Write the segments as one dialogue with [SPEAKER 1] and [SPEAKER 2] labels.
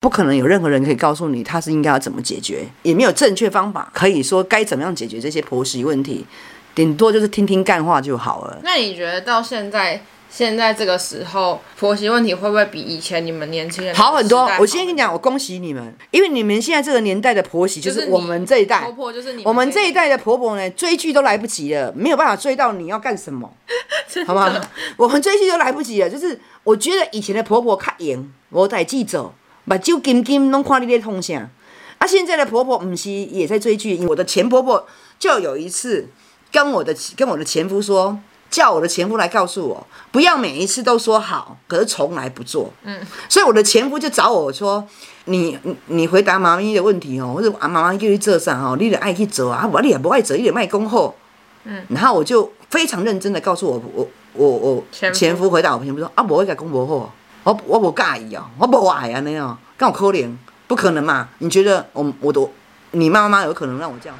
[SPEAKER 1] 不可能有任何人可以告诉你他是应该要怎么解决，也没有正确方法可以说该怎么样解决这些婆媳问题，顶多就是听听干话就好了。
[SPEAKER 2] 那你觉得到现在，现在这个时候，婆媳问题会不会比以前你们年轻人
[SPEAKER 1] 好很多
[SPEAKER 2] 时代，
[SPEAKER 1] 我今天跟你讲，我恭喜你们，因为你们现在这个年代的婆媳就是是我们这一代
[SPEAKER 2] 婆，婆就是你，
[SPEAKER 1] 我们这一代的婆婆呢，追剧都来不及了，没有办法追到你要干什么，好吗？我们追剧都来不及了，就是我觉得以前的婆婆较闲，无代志做，目睭金金拢看你咧通啥。啊，现在的婆婆唔是也在追剧，我的前婆婆就有一次跟我的跟我的前夫说。叫我的前夫来告诉我，不要每一次都说好，可是从来不做。嗯，所以我的前夫就找我说：“你你你回答妈咪的问题哦，或者啊妈妈叫你做啥哦，你得爱去做啊，啊无你也不爱做，你得卖功后。”嗯，然后我就非常认真的告诉我我我我
[SPEAKER 2] 前夫
[SPEAKER 1] 前夫回答我前夫说：“啊，无我甲讲无好，我我无介意哦，我无爱安尼哦，敢有可能？不可能嘛？你觉得我我都你妈妈有可能让我这样？”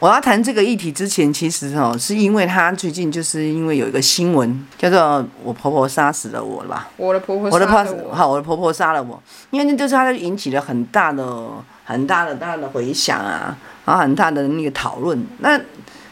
[SPEAKER 1] 我要谈这个议题之前，其实哦，是因为他最近就是因为有一个新闻，叫做“我婆婆杀死了我”吧，
[SPEAKER 2] 我的婆婆
[SPEAKER 1] 我的
[SPEAKER 2] 杀
[SPEAKER 1] 婆
[SPEAKER 2] 了我，
[SPEAKER 1] 好，我的婆婆杀了我，因为那就是它就引起了很大的、很大的、大的回响啊，然后很大的那个讨论。那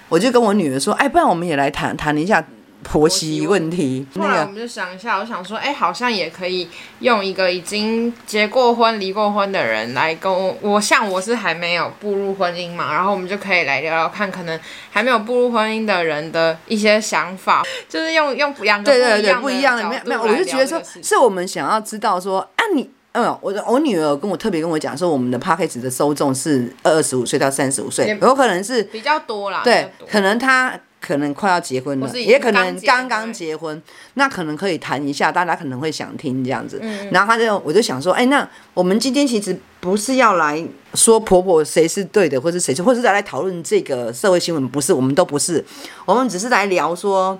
[SPEAKER 1] 我就跟我女儿说，哎，不然我们也来谈谈一下婆媳问题。那
[SPEAKER 2] 后来我
[SPEAKER 1] 个
[SPEAKER 2] 们就想一下，我想说，哎、好像也可以用一个已经结过婚、离过婚的人来跟我，我像我是还没有步入婚姻嘛，然后我们就可以来聊聊看，可能还没有步入婚姻的人的一些想法，就是用用两个
[SPEAKER 1] 对对对，
[SPEAKER 2] 不
[SPEAKER 1] 不
[SPEAKER 2] 一
[SPEAKER 1] 一
[SPEAKER 2] 样
[SPEAKER 1] 样
[SPEAKER 2] 的
[SPEAKER 1] 的，没有
[SPEAKER 2] 角度
[SPEAKER 1] 没有，我
[SPEAKER 2] 来
[SPEAKER 1] 就觉得
[SPEAKER 2] 聊这
[SPEAKER 1] 说
[SPEAKER 2] 个事，情
[SPEAKER 1] 是我们想要知道说，啊你。嗯，我的我女儿跟我特别跟我讲说，我们的 p a c k a g e 的受众是二十五岁到三十五岁
[SPEAKER 2] 也，
[SPEAKER 1] 有可能是
[SPEAKER 2] 比较多啦，
[SPEAKER 1] 对
[SPEAKER 2] 比较，多
[SPEAKER 1] 可能他可能快要结婚
[SPEAKER 2] 或
[SPEAKER 1] 了，
[SPEAKER 2] 是已经
[SPEAKER 1] 也可能
[SPEAKER 2] 刚
[SPEAKER 1] 刚
[SPEAKER 2] 结
[SPEAKER 1] 刚结婚，那可能可以谈一下，大家可能会想听这样子。
[SPEAKER 2] 嗯
[SPEAKER 1] 然后他就我就想说，哎，那我们今天其实不是要来说婆婆谁是对的，或是谁错，或是来讨论这个社会新闻，不是，我们都不是，我们只是来聊说，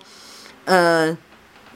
[SPEAKER 1] 呃。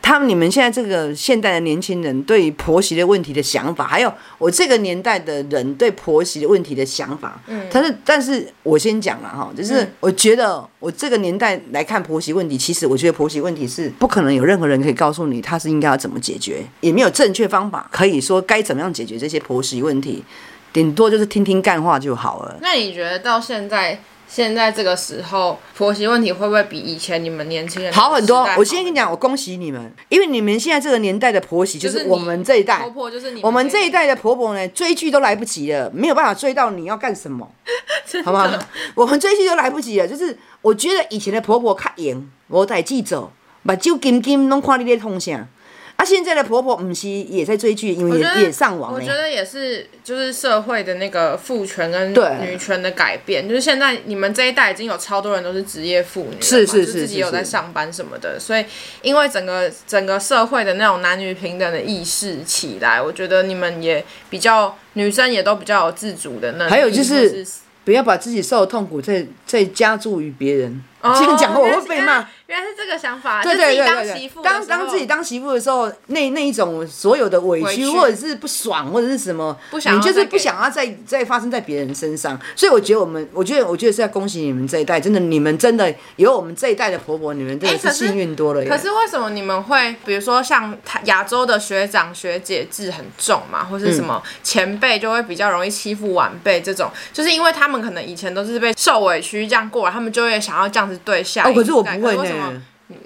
[SPEAKER 1] 他们你们现在这个现代的年轻人对于婆媳的问题的想法，还有我这个年代的人对婆媳的问题的想法，嗯，但是但是我先讲了哈，就是我觉得我这个年代来看婆媳问题，其实我觉得婆媳问题是不可能有任何人可以告诉你他是应该要怎么解决，也没有正确方法可以说该怎么样解决这些婆媳问题，顶多就是听听干话就好了。
[SPEAKER 2] 那你觉得到现在，现在这个时候，婆媳问题会不会比以前你们年轻人
[SPEAKER 1] 好很多
[SPEAKER 2] 时代，好
[SPEAKER 1] 我今天跟你讲，我恭喜你们，因为你们现在这个年代的婆媳就是我们这一代，
[SPEAKER 2] 婆婆就是你
[SPEAKER 1] 我们这一
[SPEAKER 2] 一
[SPEAKER 1] 代的婆婆呢，追剧都来不及了，没有办法追到你要干什 么，好吗？我们追剧都来不及了，就是我觉得以前的婆婆较闲，无代志做，目睭金金拢看你咧通啥。啊，现在的婆婆唔是也在追剧，因
[SPEAKER 2] 我
[SPEAKER 1] 为
[SPEAKER 2] 觉得
[SPEAKER 1] 也也上网
[SPEAKER 2] 我
[SPEAKER 1] 呢、
[SPEAKER 2] 觉得也是，就是社会的那个父权跟
[SPEAKER 1] 对
[SPEAKER 2] 女权的改变，就是现在你们这一代已经有超多人都是职业妇女了嘛，
[SPEAKER 1] 是是
[SPEAKER 2] 就是自己
[SPEAKER 1] 是
[SPEAKER 2] 有在
[SPEAKER 1] 是
[SPEAKER 2] 上班什么的，所以因为整个整个社会的那种男女平等的意识起来，我觉得你们也比较女生也都比较有自主的那，
[SPEAKER 1] 还有就
[SPEAKER 2] 或
[SPEAKER 1] 是
[SPEAKER 2] 是
[SPEAKER 1] 不要把自己受的痛苦再再加注于别人。
[SPEAKER 2] 哦
[SPEAKER 1] 这样讲我
[SPEAKER 2] 原来
[SPEAKER 1] 会
[SPEAKER 2] 是
[SPEAKER 1] 被骂。
[SPEAKER 2] 原来是这个想法，
[SPEAKER 1] 对
[SPEAKER 2] 就自
[SPEAKER 1] 对
[SPEAKER 2] 己
[SPEAKER 1] 对
[SPEAKER 2] 当
[SPEAKER 1] 对
[SPEAKER 2] 媳
[SPEAKER 1] 对
[SPEAKER 2] 妇，的时
[SPEAKER 1] 当
[SPEAKER 2] 候，
[SPEAKER 1] 当自己当媳妇的时候，那那一种所有的委
[SPEAKER 2] 委
[SPEAKER 1] 屈
[SPEAKER 2] 屈
[SPEAKER 1] 或者是不爽或者是什么，
[SPEAKER 2] 不想要
[SPEAKER 1] 你就
[SPEAKER 2] 再
[SPEAKER 1] 是
[SPEAKER 2] 给
[SPEAKER 1] 不想要再再发生在别人身上。所以我觉得我们，我觉得我觉得是要恭喜你们这一代，真的，你们真的有我们这一代的婆婆，你们真
[SPEAKER 2] 哎
[SPEAKER 1] 的
[SPEAKER 2] 可
[SPEAKER 1] 是
[SPEAKER 2] 是
[SPEAKER 1] 幸运多了耶。
[SPEAKER 2] 可是为什么你们会，比如说像他亚洲的学长学姐制很重嘛，或
[SPEAKER 1] 嗯
[SPEAKER 2] 是什么前辈就会比较容易欺负晚辈这种，就是因为他们可能以前都是被受委屈这样过来，他们就会想要这样子对下一代。
[SPEAKER 1] 哦，可是我不会
[SPEAKER 2] 哎为什么
[SPEAKER 1] 呢。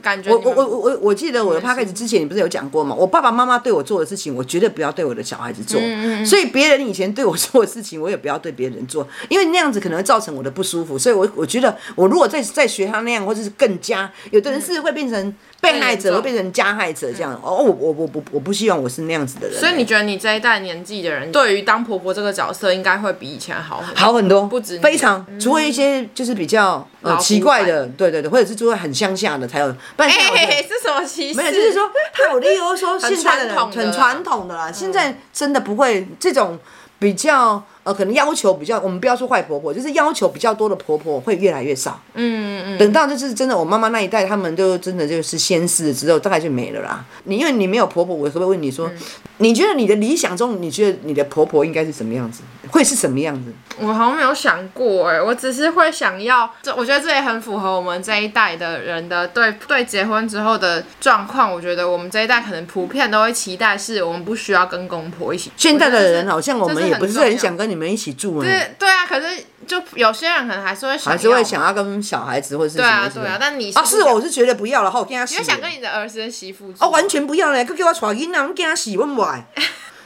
[SPEAKER 2] 感觉
[SPEAKER 1] 我
[SPEAKER 2] 你
[SPEAKER 1] 我
[SPEAKER 2] 们
[SPEAKER 1] 我我我我记得我的 p
[SPEAKER 2] 们
[SPEAKER 1] a c
[SPEAKER 2] 是
[SPEAKER 1] k a g e 之前你不是有讲过吗？我爸爸妈妈对我做的事情，我绝对不要对我的小孩子做。
[SPEAKER 2] 嗯
[SPEAKER 1] 所以别人以前对我做的事情，我也不要对别人做，因为那样子可能会造成我的不舒服。所以我我觉得，我如果再再学他那样，或者是更加，有的人是会变成被害
[SPEAKER 2] 嗯更严重
[SPEAKER 1] 者，会变成加害者这样。哦，我我我我我不希望我是那样子的人。欸
[SPEAKER 2] 所以你觉得你这一代年纪的人，对于当婆婆这个角色，应该会比以前好很多
[SPEAKER 1] 好很多，
[SPEAKER 2] 不止你嗯
[SPEAKER 1] 非常，除了一些就是比较
[SPEAKER 2] 老
[SPEAKER 1] 呃
[SPEAKER 2] 古
[SPEAKER 1] 奇怪
[SPEAKER 2] 板
[SPEAKER 1] 的，对对对，或者是住在很乡下的才有。不然
[SPEAKER 2] 哎、
[SPEAKER 1] 像我这种
[SPEAKER 2] 是什么歧视？
[SPEAKER 1] 没有，就是说他有例如说现在的人
[SPEAKER 2] 传统的啦嗯
[SPEAKER 1] 很传统的啦，现在真的不会这种比较呃，可能要求比较，我们不要说坏婆婆，就是要求比较多的婆婆会越来越少。嗯嗯。等到就是真的，我妈妈那一
[SPEAKER 2] 嗯
[SPEAKER 1] 代，他们就真的就是先逝了之后，大概就没了啦。你因为你没有婆婆，我可不可以问你说，你觉得你的理想中，你觉得你的婆婆应该是什么样子？会是什么样子？
[SPEAKER 2] 我好像没有想过哎、我只是会想要，这我觉得这也很符合我们这一代的人的对对结婚之后的状况。我觉得我们这一代可能普遍都会期待，是我们不需要跟公婆一起。
[SPEAKER 1] 现在
[SPEAKER 2] 我觉
[SPEAKER 1] 的
[SPEAKER 2] 得
[SPEAKER 1] 人好像我
[SPEAKER 2] 这
[SPEAKER 1] 们
[SPEAKER 2] 是
[SPEAKER 1] 也
[SPEAKER 2] 很
[SPEAKER 1] 不是
[SPEAKER 2] 重要
[SPEAKER 1] 很想跟你们一起住呢，
[SPEAKER 2] 对对啊，可是就有些人可能还是会想要，
[SPEAKER 1] 还是会想要跟小孩子或是什
[SPEAKER 2] 对啊
[SPEAKER 1] 么什
[SPEAKER 2] 对
[SPEAKER 1] 么
[SPEAKER 2] 啊。但你
[SPEAKER 1] 啊，是哦，我是绝对不要了，哈，我跟他
[SPEAKER 2] 你
[SPEAKER 1] 洗
[SPEAKER 2] 会。想跟你的儿子媳妇住
[SPEAKER 1] 哦，完全不要嘞，佮叫我带囡仔，你跟他洗，我唔 爱。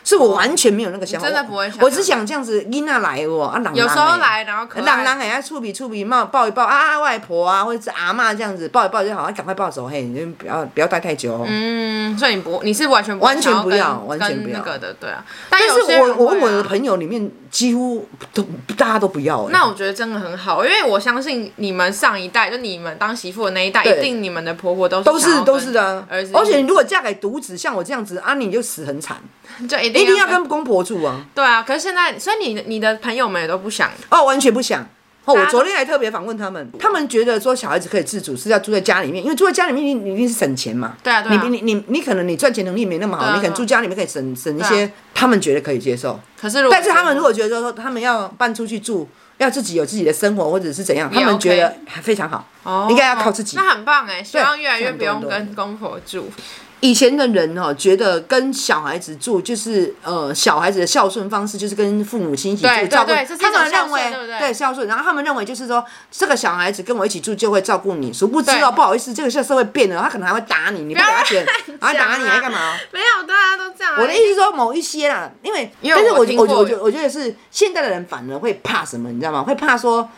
[SPEAKER 1] 是我完全没有那个想法，
[SPEAKER 2] 你真的不会想
[SPEAKER 1] 我我只想这样子，囡仔来我啊，人
[SPEAKER 2] 有时候来，然后可
[SPEAKER 1] 让
[SPEAKER 2] 爱
[SPEAKER 1] 人哎，触鼻触鼻，抱抱一抱啊啊，外婆啊，或者是阿妈这样子抱一抱就好，啊赶快抱走，嘿，你就不要不要待太久哦。
[SPEAKER 2] 嗯，所以你不，你是完全不
[SPEAKER 1] 完全
[SPEAKER 2] 想
[SPEAKER 1] 不
[SPEAKER 2] 跟
[SPEAKER 1] 要完全
[SPEAKER 2] 跟
[SPEAKER 1] 不要
[SPEAKER 2] 那个的，对啊。但
[SPEAKER 1] 但
[SPEAKER 2] 有些
[SPEAKER 1] 是
[SPEAKER 2] 人
[SPEAKER 1] 我我
[SPEAKER 2] 会
[SPEAKER 1] 问我的
[SPEAKER 2] 啊
[SPEAKER 1] 朋友里面几乎都大家都不要、欸，
[SPEAKER 2] 那我觉得真的很好，因为我相信你们上一代，就你们当媳妇的那一代，
[SPEAKER 1] 对
[SPEAKER 2] 一定你们的婆婆都是
[SPEAKER 1] 都
[SPEAKER 2] 都
[SPEAKER 1] 是都是的啊，
[SPEAKER 2] 儿子
[SPEAKER 1] 而且你如果嫁给独子，像我这样子啊，你就死很惨，
[SPEAKER 2] 就一定
[SPEAKER 1] 一定要跟公婆住啊。
[SPEAKER 2] 对啊。可是现在，所以你你的朋友们也都不想，
[SPEAKER 1] 哦，完全不想。哦，
[SPEAKER 2] 大
[SPEAKER 1] 我
[SPEAKER 2] 家
[SPEAKER 1] 昨天还特别访问他们，他们觉得说小孩子可以自主是要住在家里面，因为住在家里面你你一定是省钱嘛。
[SPEAKER 2] 对啊对
[SPEAKER 1] 你
[SPEAKER 2] 啊
[SPEAKER 1] 你你你可能你赚钱能力没那么好，
[SPEAKER 2] 对啊
[SPEAKER 1] 你可能
[SPEAKER 2] 对啊
[SPEAKER 1] 住家里面可以省省一
[SPEAKER 2] 对啊啊
[SPEAKER 1] 些，他们觉得可以接受。
[SPEAKER 2] 可是如果
[SPEAKER 1] 但是他们如果觉得说他们要搬出去住，要自己有自己的生活或者是怎样，
[SPEAKER 2] 也
[SPEAKER 1] 他们觉得
[SPEAKER 2] OK
[SPEAKER 1] 非常好。
[SPEAKER 2] 哦
[SPEAKER 1] 应该要靠自己
[SPEAKER 2] 那很棒哎，希望越来越不用
[SPEAKER 1] 这样
[SPEAKER 2] 跟公婆住。
[SPEAKER 1] 以前的人哦，觉得跟小孩子住就是呃，小孩子的孝顺方式就是跟父母亲一起住，
[SPEAKER 2] 对对
[SPEAKER 1] 照顾
[SPEAKER 2] 对这是一
[SPEAKER 1] 他
[SPEAKER 2] 种
[SPEAKER 1] 们
[SPEAKER 2] 孝
[SPEAKER 1] 认
[SPEAKER 2] 顺
[SPEAKER 1] 为
[SPEAKER 2] 对不对
[SPEAKER 1] 孝顺，然后他们认为就是说这个小孩子跟我一起住就会照顾你，殊不知哦，
[SPEAKER 2] 对
[SPEAKER 1] 不好意思，这个社社会变了，他可能还会打你，你不给他钱，还
[SPEAKER 2] 乱
[SPEAKER 1] 会打你
[SPEAKER 2] 讲啊
[SPEAKER 1] 还干嘛哦？
[SPEAKER 2] 没有，大家都这样啊。
[SPEAKER 1] 我的意思是说某一些啦，因为
[SPEAKER 2] 因为
[SPEAKER 1] 但是
[SPEAKER 2] 我
[SPEAKER 1] 我
[SPEAKER 2] 听
[SPEAKER 1] 我
[SPEAKER 2] 过
[SPEAKER 1] 我觉得我觉得是现在的人反而会怕什么，你知道吗？会怕说，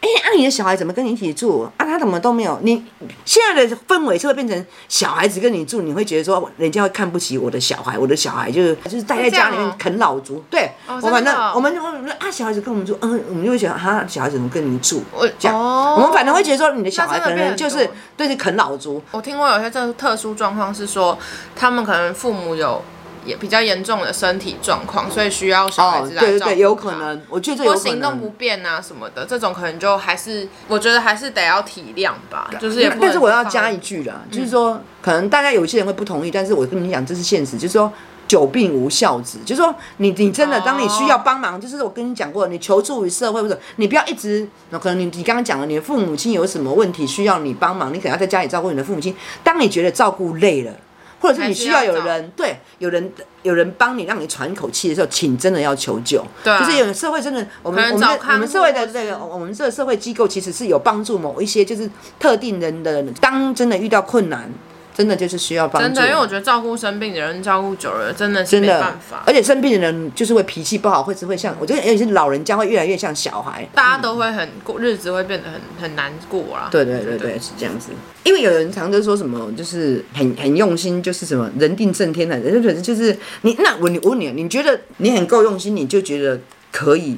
[SPEAKER 1] 哎、啊你的小孩怎么跟你一起住啊？他怎么都没有你现在的氛围是会变成小孩子跟你住，你会觉得说人家会看不起我的小孩，我的小孩就是就是待在
[SPEAKER 2] 是这
[SPEAKER 1] 家
[SPEAKER 2] 样
[SPEAKER 1] 里面
[SPEAKER 2] 哦
[SPEAKER 1] 啃老族。对、
[SPEAKER 2] 哦
[SPEAKER 1] 我
[SPEAKER 2] 真的
[SPEAKER 1] 反正
[SPEAKER 2] 哦
[SPEAKER 1] 我们我们啊小孩子跟我们住，嗯，我们就会觉得啊小孩子怎么跟你住？
[SPEAKER 2] 我
[SPEAKER 1] 这样、
[SPEAKER 2] 哦
[SPEAKER 1] 我们反而会觉得说你的小孩
[SPEAKER 2] 那真
[SPEAKER 1] 可
[SPEAKER 2] 的变
[SPEAKER 1] 能
[SPEAKER 2] 很
[SPEAKER 1] 就
[SPEAKER 2] 多
[SPEAKER 1] 是对是啃老族，
[SPEAKER 2] 我听过有些特特殊状况是说，他们可能父母有也比较严重的身体状况，所以需要小孩
[SPEAKER 1] 哦
[SPEAKER 2] 子，来
[SPEAKER 1] 对对
[SPEAKER 2] 照顾
[SPEAKER 1] 对，有
[SPEAKER 2] 他
[SPEAKER 1] 可。能，我觉得这有
[SPEAKER 2] 或
[SPEAKER 1] 可能。
[SPEAKER 2] 行动不便啊什么的，这种可能就还是我觉得还是得要体谅吧，就是也不
[SPEAKER 1] 啊
[SPEAKER 2] 能
[SPEAKER 1] 但是我要
[SPEAKER 2] 放
[SPEAKER 1] 加一句啦，就是说，可能大家有些人会不同意，但是我跟你讲，这是现实，就是说。久病无孝子，就是说你你真的
[SPEAKER 2] 哦
[SPEAKER 1] 当你需要帮忙，就是我跟你讲过，你求助于社会或者你不要一直，那可能你你刚刚讲了，你的父母亲有什么问题需要你帮忙，你可能要在家里照顾你的父母亲。当你觉得照顾累了，或者是你需要有
[SPEAKER 2] 还是要
[SPEAKER 1] 人对有人有人帮你让你喘一口气的时候，请真的要求救。
[SPEAKER 2] 对啊
[SPEAKER 1] 就是有社会真的，我们
[SPEAKER 2] 可能
[SPEAKER 1] 我们
[SPEAKER 2] 找
[SPEAKER 1] 的我们
[SPEAKER 2] 看
[SPEAKER 1] 社
[SPEAKER 2] 护
[SPEAKER 1] 会的
[SPEAKER 2] 或
[SPEAKER 1] 这
[SPEAKER 2] 是
[SPEAKER 1] 个我们这个社会机构其实是有帮助某一些就是特定人的，当真的遇到困难，真的就是需要帮助。
[SPEAKER 2] 真的，因为我觉得照顾生病的人照顾久了真的是
[SPEAKER 1] 真
[SPEAKER 2] 没
[SPEAKER 1] 的
[SPEAKER 2] 办法，，
[SPEAKER 1] 而且生病的人就是会脾气不好，会是会像我觉得，尤其是老人家会越来越像小孩。
[SPEAKER 2] 大家都会很过日子会变得很很难过啊啦。
[SPEAKER 1] 对对对对，是这样子。因为有人常常说什么，就是很很用心，就是什么人定胜天的，人就是就是你那我你我问你，你觉得你很够用心，你就觉得可以。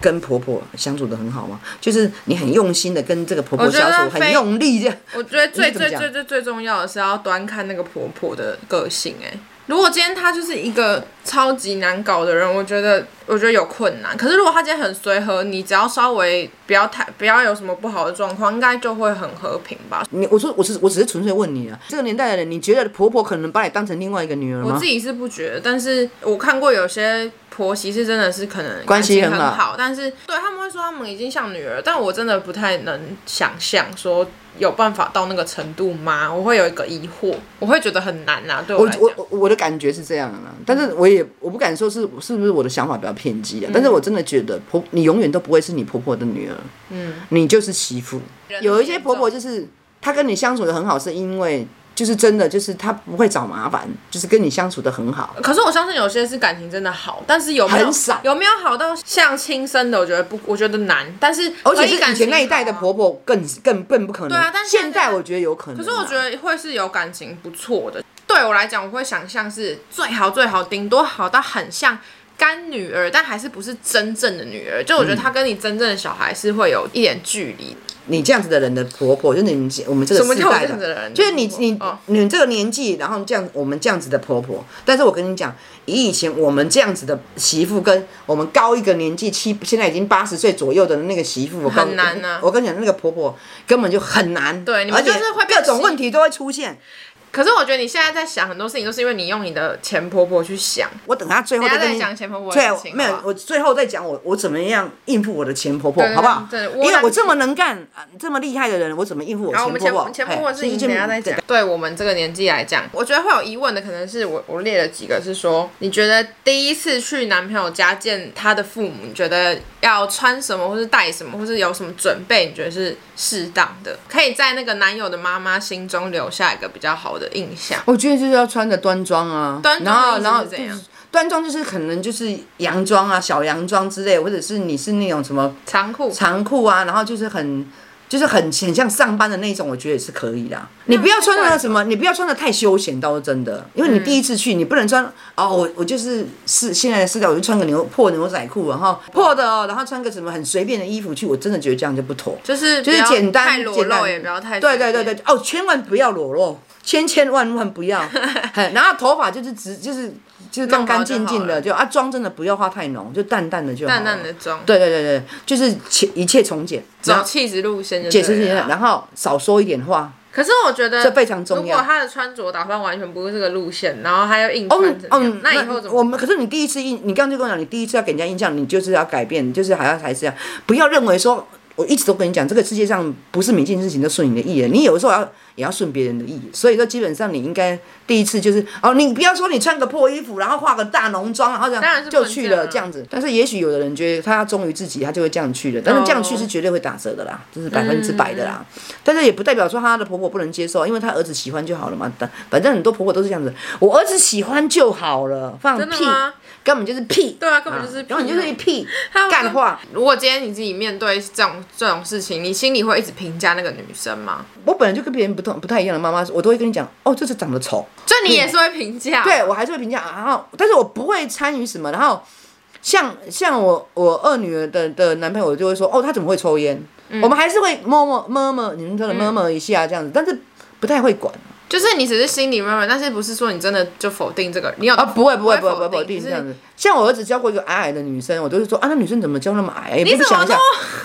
[SPEAKER 1] 跟婆婆相处的很好吗？就是你很用心的跟这个婆婆
[SPEAKER 2] 我觉
[SPEAKER 1] 相
[SPEAKER 2] 得
[SPEAKER 1] 处，很
[SPEAKER 2] 非
[SPEAKER 1] 用力这样。
[SPEAKER 2] 我觉得最
[SPEAKER 1] 你怎么
[SPEAKER 2] 最
[SPEAKER 1] 讲
[SPEAKER 2] 最最最重要的是要端看那个婆婆的个性、哎，如果今天她就是一个超级难搞的人，我觉得我觉得有困难。可是如果她今天很随和，你只要稍微不要太不要有什么不好的状况，应该就会很和平吧。
[SPEAKER 1] 你我说我是我只是纯粹问你啊，这个年代的人，你觉得婆婆可能把你当成另外一个女儿
[SPEAKER 2] 我
[SPEAKER 1] 吗
[SPEAKER 2] 自？己是不觉得，但是我看过有些婆媳是真的是可能
[SPEAKER 1] 关系
[SPEAKER 2] 感
[SPEAKER 1] 很
[SPEAKER 2] 情
[SPEAKER 1] 好
[SPEAKER 2] 很好，但是对他们会说他们已经像女儿，但我真的不太能想象说有办法到那个程度吗？我会有一个疑惑，我会觉得很难啊，对我
[SPEAKER 1] 我
[SPEAKER 2] 来讲。嗯
[SPEAKER 1] 我我我的感觉是这样啊，但是我也我不敢说是是不是我的想法比较偏激啊，但
[SPEAKER 2] 嗯
[SPEAKER 1] 是我真的觉得婆你永远都不会是你婆婆的女儿，嗯，你就是媳妇。有一些婆婆就是她跟你相处的很好，是因为就是真的就是她不会找麻烦，就是跟你相处的很好。
[SPEAKER 2] 可是我相信有些是感情真的好，但是有没有
[SPEAKER 1] 很少
[SPEAKER 2] 有没有好到像亲生的？我觉得不，我觉得难。但是
[SPEAKER 1] 而且
[SPEAKER 2] 可以
[SPEAKER 1] 是
[SPEAKER 2] 感
[SPEAKER 1] 以前
[SPEAKER 2] 情
[SPEAKER 1] 那一代的
[SPEAKER 2] 好啊
[SPEAKER 1] 婆婆更更更不可能，
[SPEAKER 2] 对啊但是
[SPEAKER 1] 现
[SPEAKER 2] 现在
[SPEAKER 1] 在我觉得有可能啊、
[SPEAKER 2] 可是我觉得会是有感情不错的。对我来讲，我会想象是最好最好，顶多好到很像干女儿，但还是不是真正的女儿。就我觉得她跟你真正的小孩是会有一点距离。
[SPEAKER 1] 你这样子的人的婆婆，就是你我们这个
[SPEAKER 2] 什么
[SPEAKER 1] 世
[SPEAKER 2] 叫
[SPEAKER 1] 代
[SPEAKER 2] 这样子的人的
[SPEAKER 1] 就是你
[SPEAKER 2] 婆婆
[SPEAKER 1] 你、
[SPEAKER 2] 哦
[SPEAKER 1] 你这个年纪，然后这样我们这样子的婆婆。但是我跟你讲，以以前我们这样子的媳妇，跟我们高一个年纪七，现在已经八十岁左右的那个媳妇，我告诉你
[SPEAKER 2] 很难啊
[SPEAKER 1] 我跟你讲，那个婆婆根本就很难，
[SPEAKER 2] 对你们
[SPEAKER 1] 而且
[SPEAKER 2] 就是会变
[SPEAKER 1] 各种
[SPEAKER 2] 媳
[SPEAKER 1] 问题都会出现。
[SPEAKER 2] 可是我觉得你现在在想很多事情，都是因为你用你的前婆婆去想。
[SPEAKER 1] 我等她最后
[SPEAKER 2] 等一下
[SPEAKER 1] 跟
[SPEAKER 2] 再
[SPEAKER 1] 你
[SPEAKER 2] 讲前婆婆的
[SPEAKER 1] 对
[SPEAKER 2] 事，情，
[SPEAKER 1] 没
[SPEAKER 2] 好
[SPEAKER 1] 有
[SPEAKER 2] 不，好
[SPEAKER 1] 我最后再讲我我怎么样应付我的前婆婆，
[SPEAKER 2] 对对
[SPEAKER 1] 好不好？
[SPEAKER 2] 对对
[SPEAKER 1] 因为我
[SPEAKER 2] 我
[SPEAKER 1] 这么能干、啊这么厉害的人，我怎么应付我
[SPEAKER 2] 然后我
[SPEAKER 1] 前
[SPEAKER 2] 们
[SPEAKER 1] 婆婆？
[SPEAKER 2] 前前
[SPEAKER 1] 哎
[SPEAKER 2] 婆婆是
[SPEAKER 1] 所以
[SPEAKER 2] 你
[SPEAKER 1] 就
[SPEAKER 2] 等一下再讲。对我们这个年纪来讲，我觉得会有疑问的，可能是我我列了几个是说，你觉得第一次去男朋友家见他的父母，你觉得要穿什么，或是带什么，或是有什么准备，你觉得是适当的，可以在那个男友的妈妈心中留下一个比较好的印象。
[SPEAKER 1] 我觉得就是要穿着端庄啊，
[SPEAKER 2] 端
[SPEAKER 1] 然后
[SPEAKER 2] 庄的意思
[SPEAKER 1] 然后
[SPEAKER 2] 是怎
[SPEAKER 1] 就
[SPEAKER 2] 样
[SPEAKER 1] 是端庄就是可能就是洋装啊、小洋装之类，或者是你是那种什么
[SPEAKER 2] 长裤，
[SPEAKER 1] 长裤啊，然后就是很就是很很像上班的那种，我觉得也是可以的。你不要穿
[SPEAKER 2] 那
[SPEAKER 1] 的
[SPEAKER 2] 怪
[SPEAKER 1] 什么，你不要穿的太休闲，倒是真的，因为你第一次去，你不能穿哦，我我就是是现在的视角，我就穿个牛破牛仔裤，然后破的哦，然后穿个什么很随便的衣服去，我真的觉得这样就不妥。
[SPEAKER 2] 就是
[SPEAKER 1] 就是
[SPEAKER 2] 不要
[SPEAKER 1] 简单
[SPEAKER 2] 太裸
[SPEAKER 1] 简
[SPEAKER 2] 露，
[SPEAKER 1] 单
[SPEAKER 2] 也不要太
[SPEAKER 1] 对对对对，哦，千万不要裸露，千千万万不 要。嘿然后头发就是直就是就是干
[SPEAKER 2] 弄好
[SPEAKER 1] 干
[SPEAKER 2] 就
[SPEAKER 1] 净净
[SPEAKER 2] 好
[SPEAKER 1] 的，
[SPEAKER 2] 了
[SPEAKER 1] 就啊妆真的不要化太浓，就淡淡的就好了
[SPEAKER 2] 淡淡的妆，
[SPEAKER 1] 对对对对，就是切一切从简，然后
[SPEAKER 2] 走气质路线就
[SPEAKER 1] 解
[SPEAKER 2] 对啊
[SPEAKER 1] 释清楚，
[SPEAKER 2] 了啦。
[SPEAKER 1] 然后少说一点话。
[SPEAKER 2] 可是我觉得
[SPEAKER 1] 这非常重要
[SPEAKER 2] 如果他的穿着打扮完全不是这个路线，然后他又硬
[SPEAKER 1] 哦
[SPEAKER 2] 穿怎么样
[SPEAKER 1] 哦，
[SPEAKER 2] 嗯那以后怎么
[SPEAKER 1] 我们可是你第一次印，你刚刚就跟我讲，你第一次要给人家印象，你就是要改变，你就是还要还是要不要认为说，我一直都跟你讲，这个世界上不是每件事情都顺你的意的，你有时候要也要顺别人的意。所以说，基本上你应该第一次就是哦，你不要说你穿个破衣服，然后化个大浓妆，然后这
[SPEAKER 2] 当然
[SPEAKER 1] 样
[SPEAKER 2] 是
[SPEAKER 1] 就
[SPEAKER 2] 不能
[SPEAKER 1] 去
[SPEAKER 2] 这样
[SPEAKER 1] 了
[SPEAKER 2] 啊
[SPEAKER 1] 这样子。但是也许有的人觉得他忠于自己，他就会这样去了，但是这样去是绝对会打折的啦，
[SPEAKER 2] 嗯
[SPEAKER 1] 这是百分之百的啦。但是也不代表说她的婆婆不能接受，因为她儿子喜欢就好了嘛。但反正很多婆婆都是这样子，我儿子喜欢就好了，放
[SPEAKER 2] 真的
[SPEAKER 1] 屁
[SPEAKER 2] 吗，
[SPEAKER 1] 根本就是屁。
[SPEAKER 2] 对啊根本就是屁
[SPEAKER 1] 然
[SPEAKER 2] 啊
[SPEAKER 1] 后你就是一屁
[SPEAKER 2] 他们
[SPEAKER 1] 干话。
[SPEAKER 2] 如果今天你自己面对这种这种事情，你心里会一直评价那个女生吗？
[SPEAKER 1] 我本来就跟别人不同不太一样的妈妈，我都会跟你讲，哦，这是长得丑，
[SPEAKER 2] 就你也是会评价、
[SPEAKER 1] 对我还是会评价，然后但是我不会参与什么，然后像像我我二女儿的的男朋友就会说，哦，他怎么会抽烟？
[SPEAKER 2] 嗯
[SPEAKER 1] 我们还是会摸摸摸摸，你们真的摸摸一下这样子，但是不太会管
[SPEAKER 2] 就是你只是心里面认为，但是不是说你真的就否定这个人？你有
[SPEAKER 1] 啊，不会不会不会不
[SPEAKER 2] 不
[SPEAKER 1] 会
[SPEAKER 2] 会
[SPEAKER 1] 不
[SPEAKER 2] 否
[SPEAKER 1] 会
[SPEAKER 2] 定
[SPEAKER 1] 这样子。像我儿子教过一个矮矮的女生，我都是说啊，那女生怎么教那么矮？也不
[SPEAKER 2] 怎
[SPEAKER 1] 想
[SPEAKER 2] 么
[SPEAKER 1] 一下，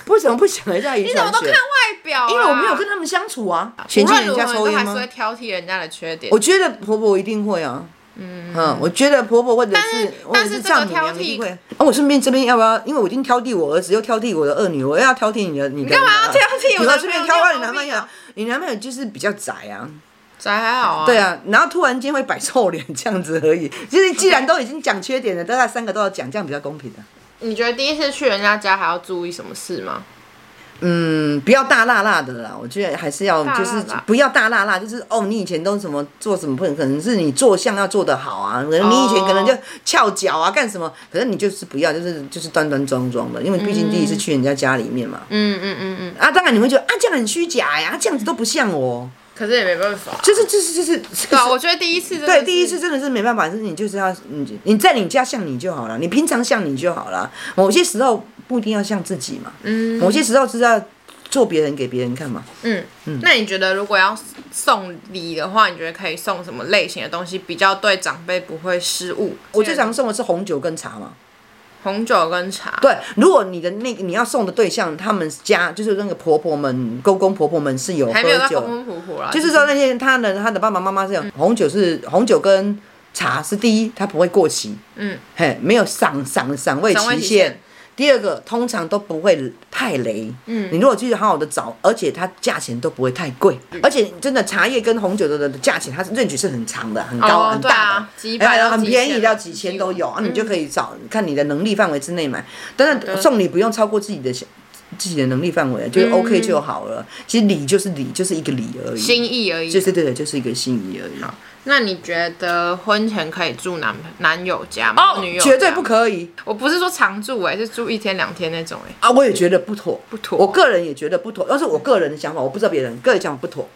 [SPEAKER 1] 为什么不想一下遗
[SPEAKER 2] 你怎么
[SPEAKER 1] 传
[SPEAKER 2] 都看
[SPEAKER 1] 学？
[SPEAKER 2] 外表、啊？
[SPEAKER 1] 因为我没有跟他们相处 啊，嫌
[SPEAKER 2] 无
[SPEAKER 1] 弃
[SPEAKER 2] 论
[SPEAKER 1] 人
[SPEAKER 2] 如
[SPEAKER 1] 家
[SPEAKER 2] 何
[SPEAKER 1] 抽
[SPEAKER 2] 你都
[SPEAKER 1] 烟
[SPEAKER 2] 还是
[SPEAKER 1] 吗
[SPEAKER 2] 会？挑剔人家的缺点。
[SPEAKER 1] 我觉得婆婆一定会啊。嗯我觉得婆婆或者是或者
[SPEAKER 2] 但是这个
[SPEAKER 1] 丈母娘一定会。啊，我顺便这边要不要？因为我已经挑剔我儿子，又挑剔我的二女，我又要挑剔你的你的。
[SPEAKER 2] 干嘛要挑剔
[SPEAKER 1] 你要
[SPEAKER 2] 我男朋
[SPEAKER 1] 顺
[SPEAKER 2] 友
[SPEAKER 1] 便挑到你男朋
[SPEAKER 2] 你
[SPEAKER 1] 友
[SPEAKER 2] 有毛病啊，
[SPEAKER 1] 你男朋友就是比较宅啊，
[SPEAKER 2] 宅还好啊。
[SPEAKER 1] 对啊，然后突然间会摆臭脸这样子而已。 就是既然都已经讲缺点了，大家三个都要讲，这样比较公平啊的。
[SPEAKER 2] 你觉得第一次去人家家还要注意什么事吗？
[SPEAKER 1] 嗯，不要大辣辣的啦，我觉得还是要
[SPEAKER 2] 大辣
[SPEAKER 1] 就是
[SPEAKER 2] 辣
[SPEAKER 1] 不要大辣辣，就是哦，你以前都什么做什么不能，可能是你做相要做得好啊，可能你以前可能就翘脚啊干什么，可是你就是不要，就是就是端端庄庄的，因为毕竟第一次去人家家里面嘛，
[SPEAKER 2] 嗯嗯嗯嗯，
[SPEAKER 1] 啊，当然你会觉得啊这样很虚假呀、啊这样子都不像我，
[SPEAKER 2] 可是也没办法。啊
[SPEAKER 1] 就是就是就是，
[SPEAKER 2] 对啊，我觉得第一次真的
[SPEAKER 1] 对，
[SPEAKER 2] 是
[SPEAKER 1] 第一次真的是没办法，就是你就是要你你在你家像你就好了，你平常像你就好了。某些时候不一定要像自己嘛，嗯，某些时候是要做别人给别人看嘛。
[SPEAKER 2] 嗯，那你觉得如果要送礼的话，你觉得可以送什么类型的东西比较对长辈不会失误？
[SPEAKER 1] 我最常送的是红酒跟茶嘛。
[SPEAKER 2] 红酒跟茶。
[SPEAKER 1] 对，如果你的那个你要送的对象，他们家就是那个婆婆们、公公婆婆们是有喝
[SPEAKER 2] 还没有到
[SPEAKER 1] 酒，
[SPEAKER 2] 风风火火啦，
[SPEAKER 1] 啊就是说那些他的他的爸爸妈妈是有、
[SPEAKER 2] 嗯
[SPEAKER 1] 红酒是红酒跟茶是第一，它不会过期，
[SPEAKER 2] 嗯，
[SPEAKER 1] 嘿，没有赏赏赏味
[SPEAKER 2] 赏味
[SPEAKER 1] 期
[SPEAKER 2] 期限
[SPEAKER 1] 限。第二个，通常都不会太雷。嗯，你如果去好好的找，而且它价钱都不会太贵，
[SPEAKER 2] 嗯
[SPEAKER 1] 而且真的茶叶跟红酒的的价钱，它是 range 是很长的，很高、
[SPEAKER 2] 哦
[SPEAKER 1] 很
[SPEAKER 2] 对啊
[SPEAKER 1] 大的，
[SPEAKER 2] 几百
[SPEAKER 1] 哎
[SPEAKER 2] 到
[SPEAKER 1] 很
[SPEAKER 2] 几
[SPEAKER 1] 便宜
[SPEAKER 2] 千
[SPEAKER 1] 到
[SPEAKER 2] 啊
[SPEAKER 1] 几
[SPEAKER 2] 几
[SPEAKER 1] 千
[SPEAKER 2] 千
[SPEAKER 1] 都有啊，你就可以找看你的能力范围之内买。但
[SPEAKER 2] 的
[SPEAKER 1] 是送礼不用超过自己的想自己的能力范围，
[SPEAKER 2] 嗯
[SPEAKER 1] 就是 OK 就好了。其实礼就是礼，就是一个礼而已。
[SPEAKER 2] 心啊意而已。
[SPEAKER 1] 就是对的，就是一个心意而已。
[SPEAKER 2] 那你觉得婚前可以住男男友家吗？女
[SPEAKER 1] 哦
[SPEAKER 2] 友家
[SPEAKER 1] 绝对不。可以
[SPEAKER 2] 我不是说常住哎、是住一天两天那种哎、
[SPEAKER 1] 啊！我也觉得不妥，
[SPEAKER 2] 不妥
[SPEAKER 1] 我个人也觉得不妥，但是我个人的想法，我不知道别人，个人想法不妥。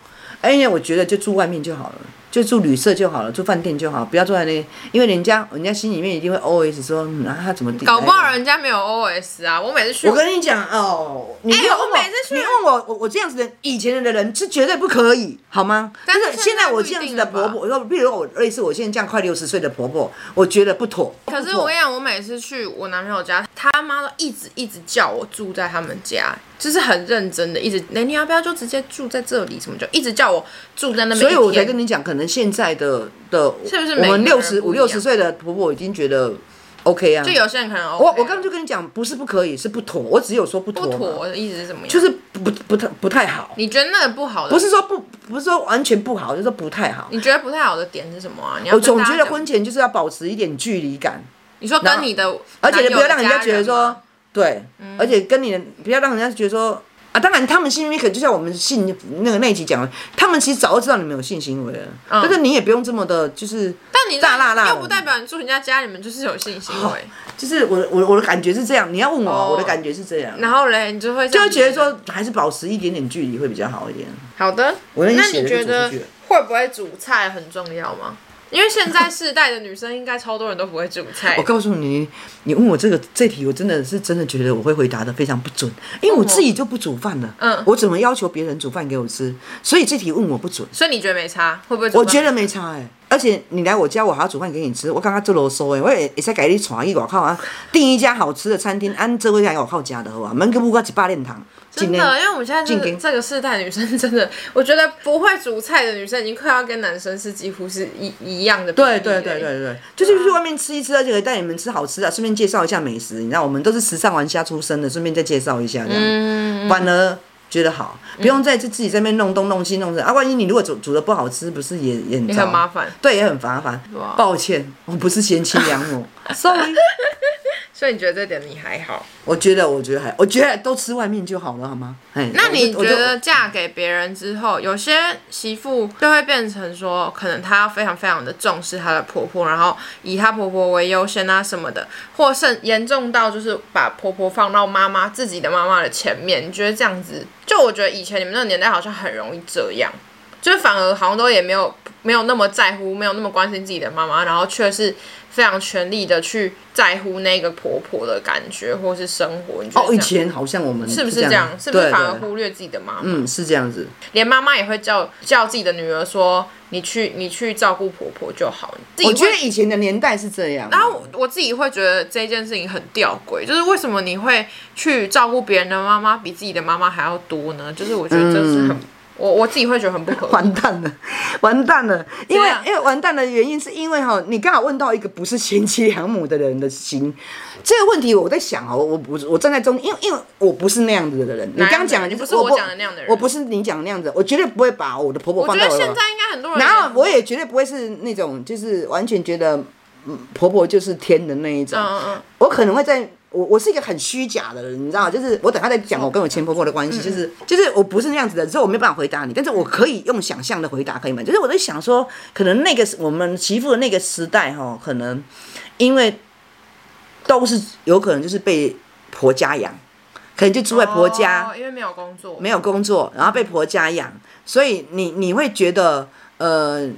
[SPEAKER 1] 哎呀，我觉得就住外面就好了，就住旅社就好了，住饭店就好，不要住在那，因为人家人家心里面一定会 always 说，嗯啊，他怎么
[SPEAKER 2] 搞不好人家没有 OS 啊。我每次去
[SPEAKER 1] 我跟你讲哦，你
[SPEAKER 2] 哎
[SPEAKER 1] 不要问
[SPEAKER 2] 我每次去
[SPEAKER 1] 你问我，我我这样子的以前的人是绝对不可以，好吗？
[SPEAKER 2] 但是
[SPEAKER 1] 现在
[SPEAKER 2] 现在
[SPEAKER 1] 我
[SPEAKER 2] 不
[SPEAKER 1] 这样
[SPEAKER 2] 一
[SPEAKER 1] 子
[SPEAKER 2] 定
[SPEAKER 1] 的
[SPEAKER 2] 了
[SPEAKER 1] 婆
[SPEAKER 2] 吧
[SPEAKER 1] 婆，我类似我类似我现在这样快六十岁的婆婆，我觉得不妥。
[SPEAKER 2] 可是
[SPEAKER 1] 不妥
[SPEAKER 2] 我跟你讲，我每次去我男朋友家，他妈都一直一直叫我住在他们家，就是很认真的，一直，哎，你要不要就直接住在这里？什么就一直叫我住在那边。
[SPEAKER 1] 所以我才跟你讲，可能现在的的
[SPEAKER 2] 是不是
[SPEAKER 1] 我
[SPEAKER 2] 每个
[SPEAKER 1] 们
[SPEAKER 2] 人
[SPEAKER 1] 六十
[SPEAKER 2] 不
[SPEAKER 1] 五
[SPEAKER 2] 一样
[SPEAKER 1] 六十岁的婆婆已经觉得 OK 啊
[SPEAKER 2] 就。有些人可能 OK
[SPEAKER 1] 我我刚刚就跟你讲，不是不可以，是不妥。我只有说不妥
[SPEAKER 2] 不
[SPEAKER 1] 嘛，
[SPEAKER 2] 妥的意思是什么样？
[SPEAKER 1] 就是不不不太不太好。
[SPEAKER 2] 你觉得那个不好的，
[SPEAKER 1] 不是说不不是说完全不好，就是说不太好。
[SPEAKER 2] 你觉得不太好的点是什么啊？你要
[SPEAKER 1] 我
[SPEAKER 2] 跟
[SPEAKER 1] 总
[SPEAKER 2] 大家
[SPEAKER 1] 觉得
[SPEAKER 2] 讲
[SPEAKER 1] 婚前就是要保持一点距离感，
[SPEAKER 2] 你说
[SPEAKER 1] 然
[SPEAKER 2] 跟
[SPEAKER 1] 后
[SPEAKER 2] 你的，
[SPEAKER 1] 而且你不要让人家觉得
[SPEAKER 2] 男友的家人嗯
[SPEAKER 1] 说
[SPEAKER 2] 吗，
[SPEAKER 1] 对，而且跟你的不要让人家觉得说啊，当然他们性为可能就像我们性那个那一集讲的，他们其实早就知道你们有性行为了，
[SPEAKER 2] 嗯
[SPEAKER 1] 但是你也不用这么的，就是
[SPEAKER 2] 但你
[SPEAKER 1] 大辣辣的哦
[SPEAKER 2] 又不代表你住人家家里面就是有性行为，
[SPEAKER 1] 就是我的我的我的感觉是这样，你要问我，
[SPEAKER 2] 哦
[SPEAKER 1] 我的感觉是这样，
[SPEAKER 2] 然后嘞，你就会这
[SPEAKER 1] 就
[SPEAKER 2] 样
[SPEAKER 1] 会觉得
[SPEAKER 2] 子
[SPEAKER 1] 说还是保持一点点距离会比较好一点。
[SPEAKER 2] 好的。
[SPEAKER 1] 我那天
[SPEAKER 2] 那
[SPEAKER 1] 写的
[SPEAKER 2] 你
[SPEAKER 1] 就
[SPEAKER 2] 觉得
[SPEAKER 1] 走出去了
[SPEAKER 2] 会不会煮菜很重要吗？因为现在世代的女生应该超多人都不会煮菜
[SPEAKER 1] 我，告诉你，你问我这个这题，我真的是真的觉得我会回答的非常不准，因为我自己就不煮饭了。
[SPEAKER 2] 嗯
[SPEAKER 1] 我怎么要求别人煮饭给我吃？所以这题问我不准，
[SPEAKER 2] 所以你觉得没差？会不会煮饭？
[SPEAKER 1] 我觉得没差哎、而且你来我家，我还要煮饭给你吃，我刚刚做啰嗦哎，我也也在改你创意，我靠啊！订一家好吃的餐厅，按这回来我靠家的好吧？门个不挂几八练堂，
[SPEAKER 2] 真
[SPEAKER 1] 今天
[SPEAKER 2] 的，因为我们现在这
[SPEAKER 1] 进
[SPEAKER 2] 个
[SPEAKER 1] 京
[SPEAKER 2] 这个世代女生真的，我觉得不会煮菜的女生已经快要跟男生是几乎是一一样的比例
[SPEAKER 1] 对
[SPEAKER 2] 了。
[SPEAKER 1] 对对对对，就是去外面吃一吃，而且可以带你们吃好吃啊的，顺便介绍一下美食。你知道，我们都是时尚玩家出身的，顺便再介绍一下这样，
[SPEAKER 2] 嗯
[SPEAKER 1] 反而觉得好，不用再自己在那边弄东弄西弄这啊。万一你如果煮煮的不好吃，不是也也很
[SPEAKER 2] 也
[SPEAKER 1] 糟
[SPEAKER 2] 很麻烦。
[SPEAKER 1] 对，也很麻烦
[SPEAKER 2] 哇。
[SPEAKER 1] 抱歉，我不是贤妻良 母，sorry。
[SPEAKER 2] 所以你觉得这点你还好？
[SPEAKER 1] 我觉得，我觉得还，我觉得都吃外面就好了，好吗？哎，
[SPEAKER 2] 那你
[SPEAKER 1] 我
[SPEAKER 2] 觉
[SPEAKER 1] 就
[SPEAKER 2] 得？嫁给别人之后，有些媳妇就会变成说，可能她非常非常的重视她的婆婆，然后以她婆婆为优先啊什么的，或甚严重到就是把婆婆放到妈妈自己的妈妈的前面。你觉得这样子？就我觉得以前你们那个年代好像很容易这样，就是反而好像都也没有没有那么在乎，没有那么关心自己的妈妈，然后却是非常全力的去在乎那个婆婆的感觉或是生活。你觉得
[SPEAKER 1] 哦，
[SPEAKER 2] 这
[SPEAKER 1] 以
[SPEAKER 2] 样
[SPEAKER 1] 前好像我们
[SPEAKER 2] 是不是
[SPEAKER 1] 这
[SPEAKER 2] 这样？是不是
[SPEAKER 1] 对
[SPEAKER 2] 反而
[SPEAKER 1] 对
[SPEAKER 2] 忽略自己的妈妈？
[SPEAKER 1] 嗯，是这样子。
[SPEAKER 2] 连妈妈也会叫叫自己的女儿说：“你去，你去照顾婆婆就好。”自己
[SPEAKER 1] 我
[SPEAKER 2] 会
[SPEAKER 1] 觉得以前的年代是这样。
[SPEAKER 2] 然后我我自己会觉得这件事情很吊诡，就是为什么你会去照顾别人的妈妈比自己的妈妈还要多呢？就是我觉得这是很，
[SPEAKER 1] 嗯
[SPEAKER 2] 我我自己会觉得很不合 理。
[SPEAKER 1] 完蛋了，完蛋了！因
[SPEAKER 2] 怎
[SPEAKER 1] 为
[SPEAKER 2] 样
[SPEAKER 1] 因为完蛋的原因是因为哈，你刚好问到一个不是贤妻良母的人的心，这个问题我在想哦，我我我站在中，因为因为我不是那样子的人，你
[SPEAKER 2] 哪样的人
[SPEAKER 1] 刚刚讲的
[SPEAKER 2] 你
[SPEAKER 1] 就
[SPEAKER 2] 不是我讲的那样的人
[SPEAKER 1] 我不是你讲的那样子，我绝对不会把我的婆婆
[SPEAKER 2] 我
[SPEAKER 1] 放
[SPEAKER 2] 觉
[SPEAKER 1] 在
[SPEAKER 2] 得
[SPEAKER 1] 我
[SPEAKER 2] 现
[SPEAKER 1] 的
[SPEAKER 2] 在应该很多人，
[SPEAKER 1] 然后我也绝对不会是那种就是完全觉得嗯婆婆就是天的那一种，
[SPEAKER 2] 嗯嗯嗯，
[SPEAKER 1] 我可能会在。我我是一个很虚假的人，你知道吗？就是我等下再讲我跟我前婆婆的
[SPEAKER 2] 嗯
[SPEAKER 1] 关系，就是就是我不是那样子的，所以我没办法回答你，但是我可以用想象的回答，可以吗？就是我在想说，可能那个时我们媳妇的那个时代哈，可能因为都是有可能就是被婆家养，可能就住在婆家，
[SPEAKER 2] 哦因为没有工作，
[SPEAKER 1] 没有工作，然后被婆家养，所以你你会觉得呃，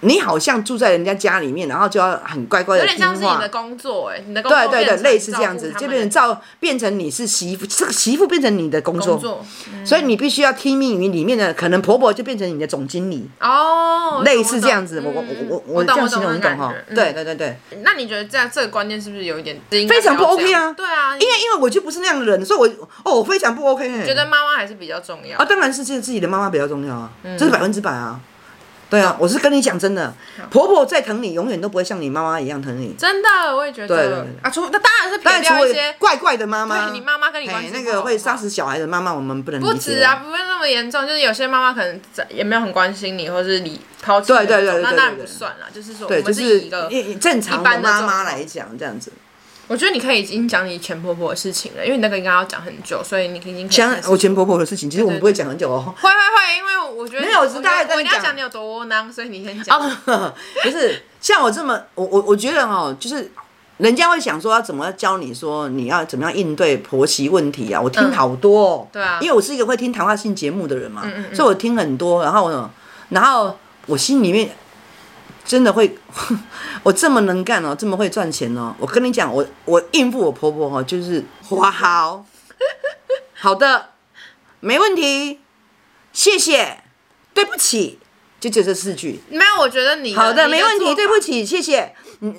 [SPEAKER 1] 你好像住在人家家里面，然后就要很乖乖
[SPEAKER 2] 有
[SPEAKER 1] 的
[SPEAKER 2] 点
[SPEAKER 1] 听
[SPEAKER 2] 像是你
[SPEAKER 1] 话
[SPEAKER 2] 的。工作哎、你的工
[SPEAKER 1] 对
[SPEAKER 2] 作
[SPEAKER 1] 对
[SPEAKER 2] 变
[SPEAKER 1] 对，
[SPEAKER 2] 成
[SPEAKER 1] 类似这样子
[SPEAKER 2] 照，顾他
[SPEAKER 1] 就
[SPEAKER 2] 们
[SPEAKER 1] 变成照变成你是媳妇，这个媳妇变成你的工
[SPEAKER 2] 的
[SPEAKER 1] 作，
[SPEAKER 2] 工作嗯
[SPEAKER 1] 所以你必须要听命于里面的，可能婆婆就变成你的总经理，
[SPEAKER 2] 哦，
[SPEAKER 1] 类似这样子。我
[SPEAKER 2] 懂
[SPEAKER 1] 我
[SPEAKER 2] 懂
[SPEAKER 1] 我
[SPEAKER 2] 我
[SPEAKER 1] 我这
[SPEAKER 2] 懂
[SPEAKER 1] 样
[SPEAKER 2] 我
[SPEAKER 1] 形
[SPEAKER 2] 懂
[SPEAKER 1] 容
[SPEAKER 2] 那
[SPEAKER 1] 你
[SPEAKER 2] 感
[SPEAKER 1] 懂哈
[SPEAKER 2] 觉？，嗯
[SPEAKER 1] 对对对对，
[SPEAKER 2] 那你觉得这样这个观念是不是有一点
[SPEAKER 1] 非常不 OK 啊
[SPEAKER 2] 对啊，
[SPEAKER 1] 因为因为我就不是那样的人，所以我哦我非常不 OK 欸。
[SPEAKER 2] 觉得妈妈还是比较重要
[SPEAKER 1] 啊，。当然是自己自己的妈妈比较重要啊，
[SPEAKER 2] 嗯
[SPEAKER 1] 这是百分之百啊。对啊，我是跟你讲真的，婆婆再疼你，永远都不会像你妈妈一样疼你。
[SPEAKER 2] 真的，我也觉
[SPEAKER 1] 对对
[SPEAKER 2] 得
[SPEAKER 1] 对
[SPEAKER 2] 啊，除那当然是
[SPEAKER 1] 当然，
[SPEAKER 2] 撇
[SPEAKER 1] 除
[SPEAKER 2] 掉一
[SPEAKER 1] 了
[SPEAKER 2] 些，
[SPEAKER 1] 怪怪的妈妈，
[SPEAKER 2] 对你妈妈跟你关
[SPEAKER 1] 哎
[SPEAKER 2] 系
[SPEAKER 1] 那
[SPEAKER 2] 不
[SPEAKER 1] 个
[SPEAKER 2] 好
[SPEAKER 1] 会
[SPEAKER 2] 的话
[SPEAKER 1] 杀死小孩的妈妈，我们不能
[SPEAKER 2] 不
[SPEAKER 1] 理
[SPEAKER 2] 止
[SPEAKER 1] 解
[SPEAKER 2] 啊，。不会那么严重，就是有些妈妈可能也没有很关心你，或是你抛弃你
[SPEAKER 1] 对对对对
[SPEAKER 2] 那
[SPEAKER 1] 对
[SPEAKER 2] 当然
[SPEAKER 1] 对
[SPEAKER 2] 不
[SPEAKER 1] 对
[SPEAKER 2] 算啦，就是说
[SPEAKER 1] 对，
[SPEAKER 2] 我
[SPEAKER 1] 就
[SPEAKER 2] 们
[SPEAKER 1] 是
[SPEAKER 2] 一个。
[SPEAKER 1] 一正常
[SPEAKER 2] 一般
[SPEAKER 1] 的
[SPEAKER 2] 的
[SPEAKER 1] 妈
[SPEAKER 2] 状
[SPEAKER 1] 妈
[SPEAKER 2] 况
[SPEAKER 1] 来讲这样子。
[SPEAKER 2] 我觉得你可以已经讲你前婆婆的事情了，因为你那个应该要讲很久，所以你已经可以
[SPEAKER 1] 像
[SPEAKER 2] 开始
[SPEAKER 1] 我前婆婆的事情，其实我们
[SPEAKER 2] 对
[SPEAKER 1] 不会讲很久哦。
[SPEAKER 2] 会会会，因为我觉得
[SPEAKER 1] 没有
[SPEAKER 2] 我
[SPEAKER 1] 我是大概
[SPEAKER 2] 我
[SPEAKER 1] 跟
[SPEAKER 2] 一
[SPEAKER 1] 你
[SPEAKER 2] 定要
[SPEAKER 1] 讲
[SPEAKER 2] 讲你有多窝囊，所以你先讲。
[SPEAKER 1] 啊， 不是像我这么，我我我觉得哦，就是人家会想说要怎么教你说你要怎么样应对婆媳问题啊，我听好多、哦
[SPEAKER 2] 对啊嗯
[SPEAKER 1] 因为我是一个会听谈话性节目的人嘛，所以我听很多，然后呢，然后我心里面真的会， 我这么能干哦，这么会赚钱哦，我跟你讲，我我应付我婆婆哦，就是哇 好，好的，没问题，谢谢，对不起，就就这四句。
[SPEAKER 2] 没有，我觉得你
[SPEAKER 1] 好的，
[SPEAKER 2] 你
[SPEAKER 1] 没问
[SPEAKER 2] 做
[SPEAKER 1] 题，
[SPEAKER 2] 法
[SPEAKER 1] 对不起，谢谢。嗯，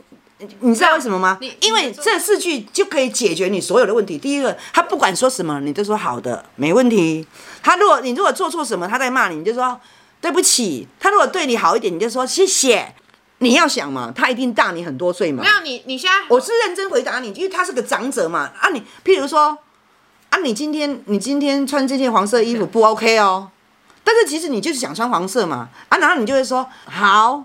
[SPEAKER 1] 你知道为什么吗
[SPEAKER 2] 你？
[SPEAKER 1] 因为
[SPEAKER 2] 你说
[SPEAKER 1] 这四句就可以解决你所有的问题。第一个，他不管说什么，你都说好的，没问题。他如果你如果做错什么，他在骂你，你就说对不起。他如果对你好一点，你就说谢谢。你要想嘛，他一定大你很多岁嘛
[SPEAKER 2] 没。有你，你现在
[SPEAKER 1] 我是认真回答你，因为他是个长者嘛。啊你，譬如说，啊，你今天你今天穿这件黄色衣服不 OK 哦，但是其实你就是想穿黄色嘛。啊，然后你就会说好，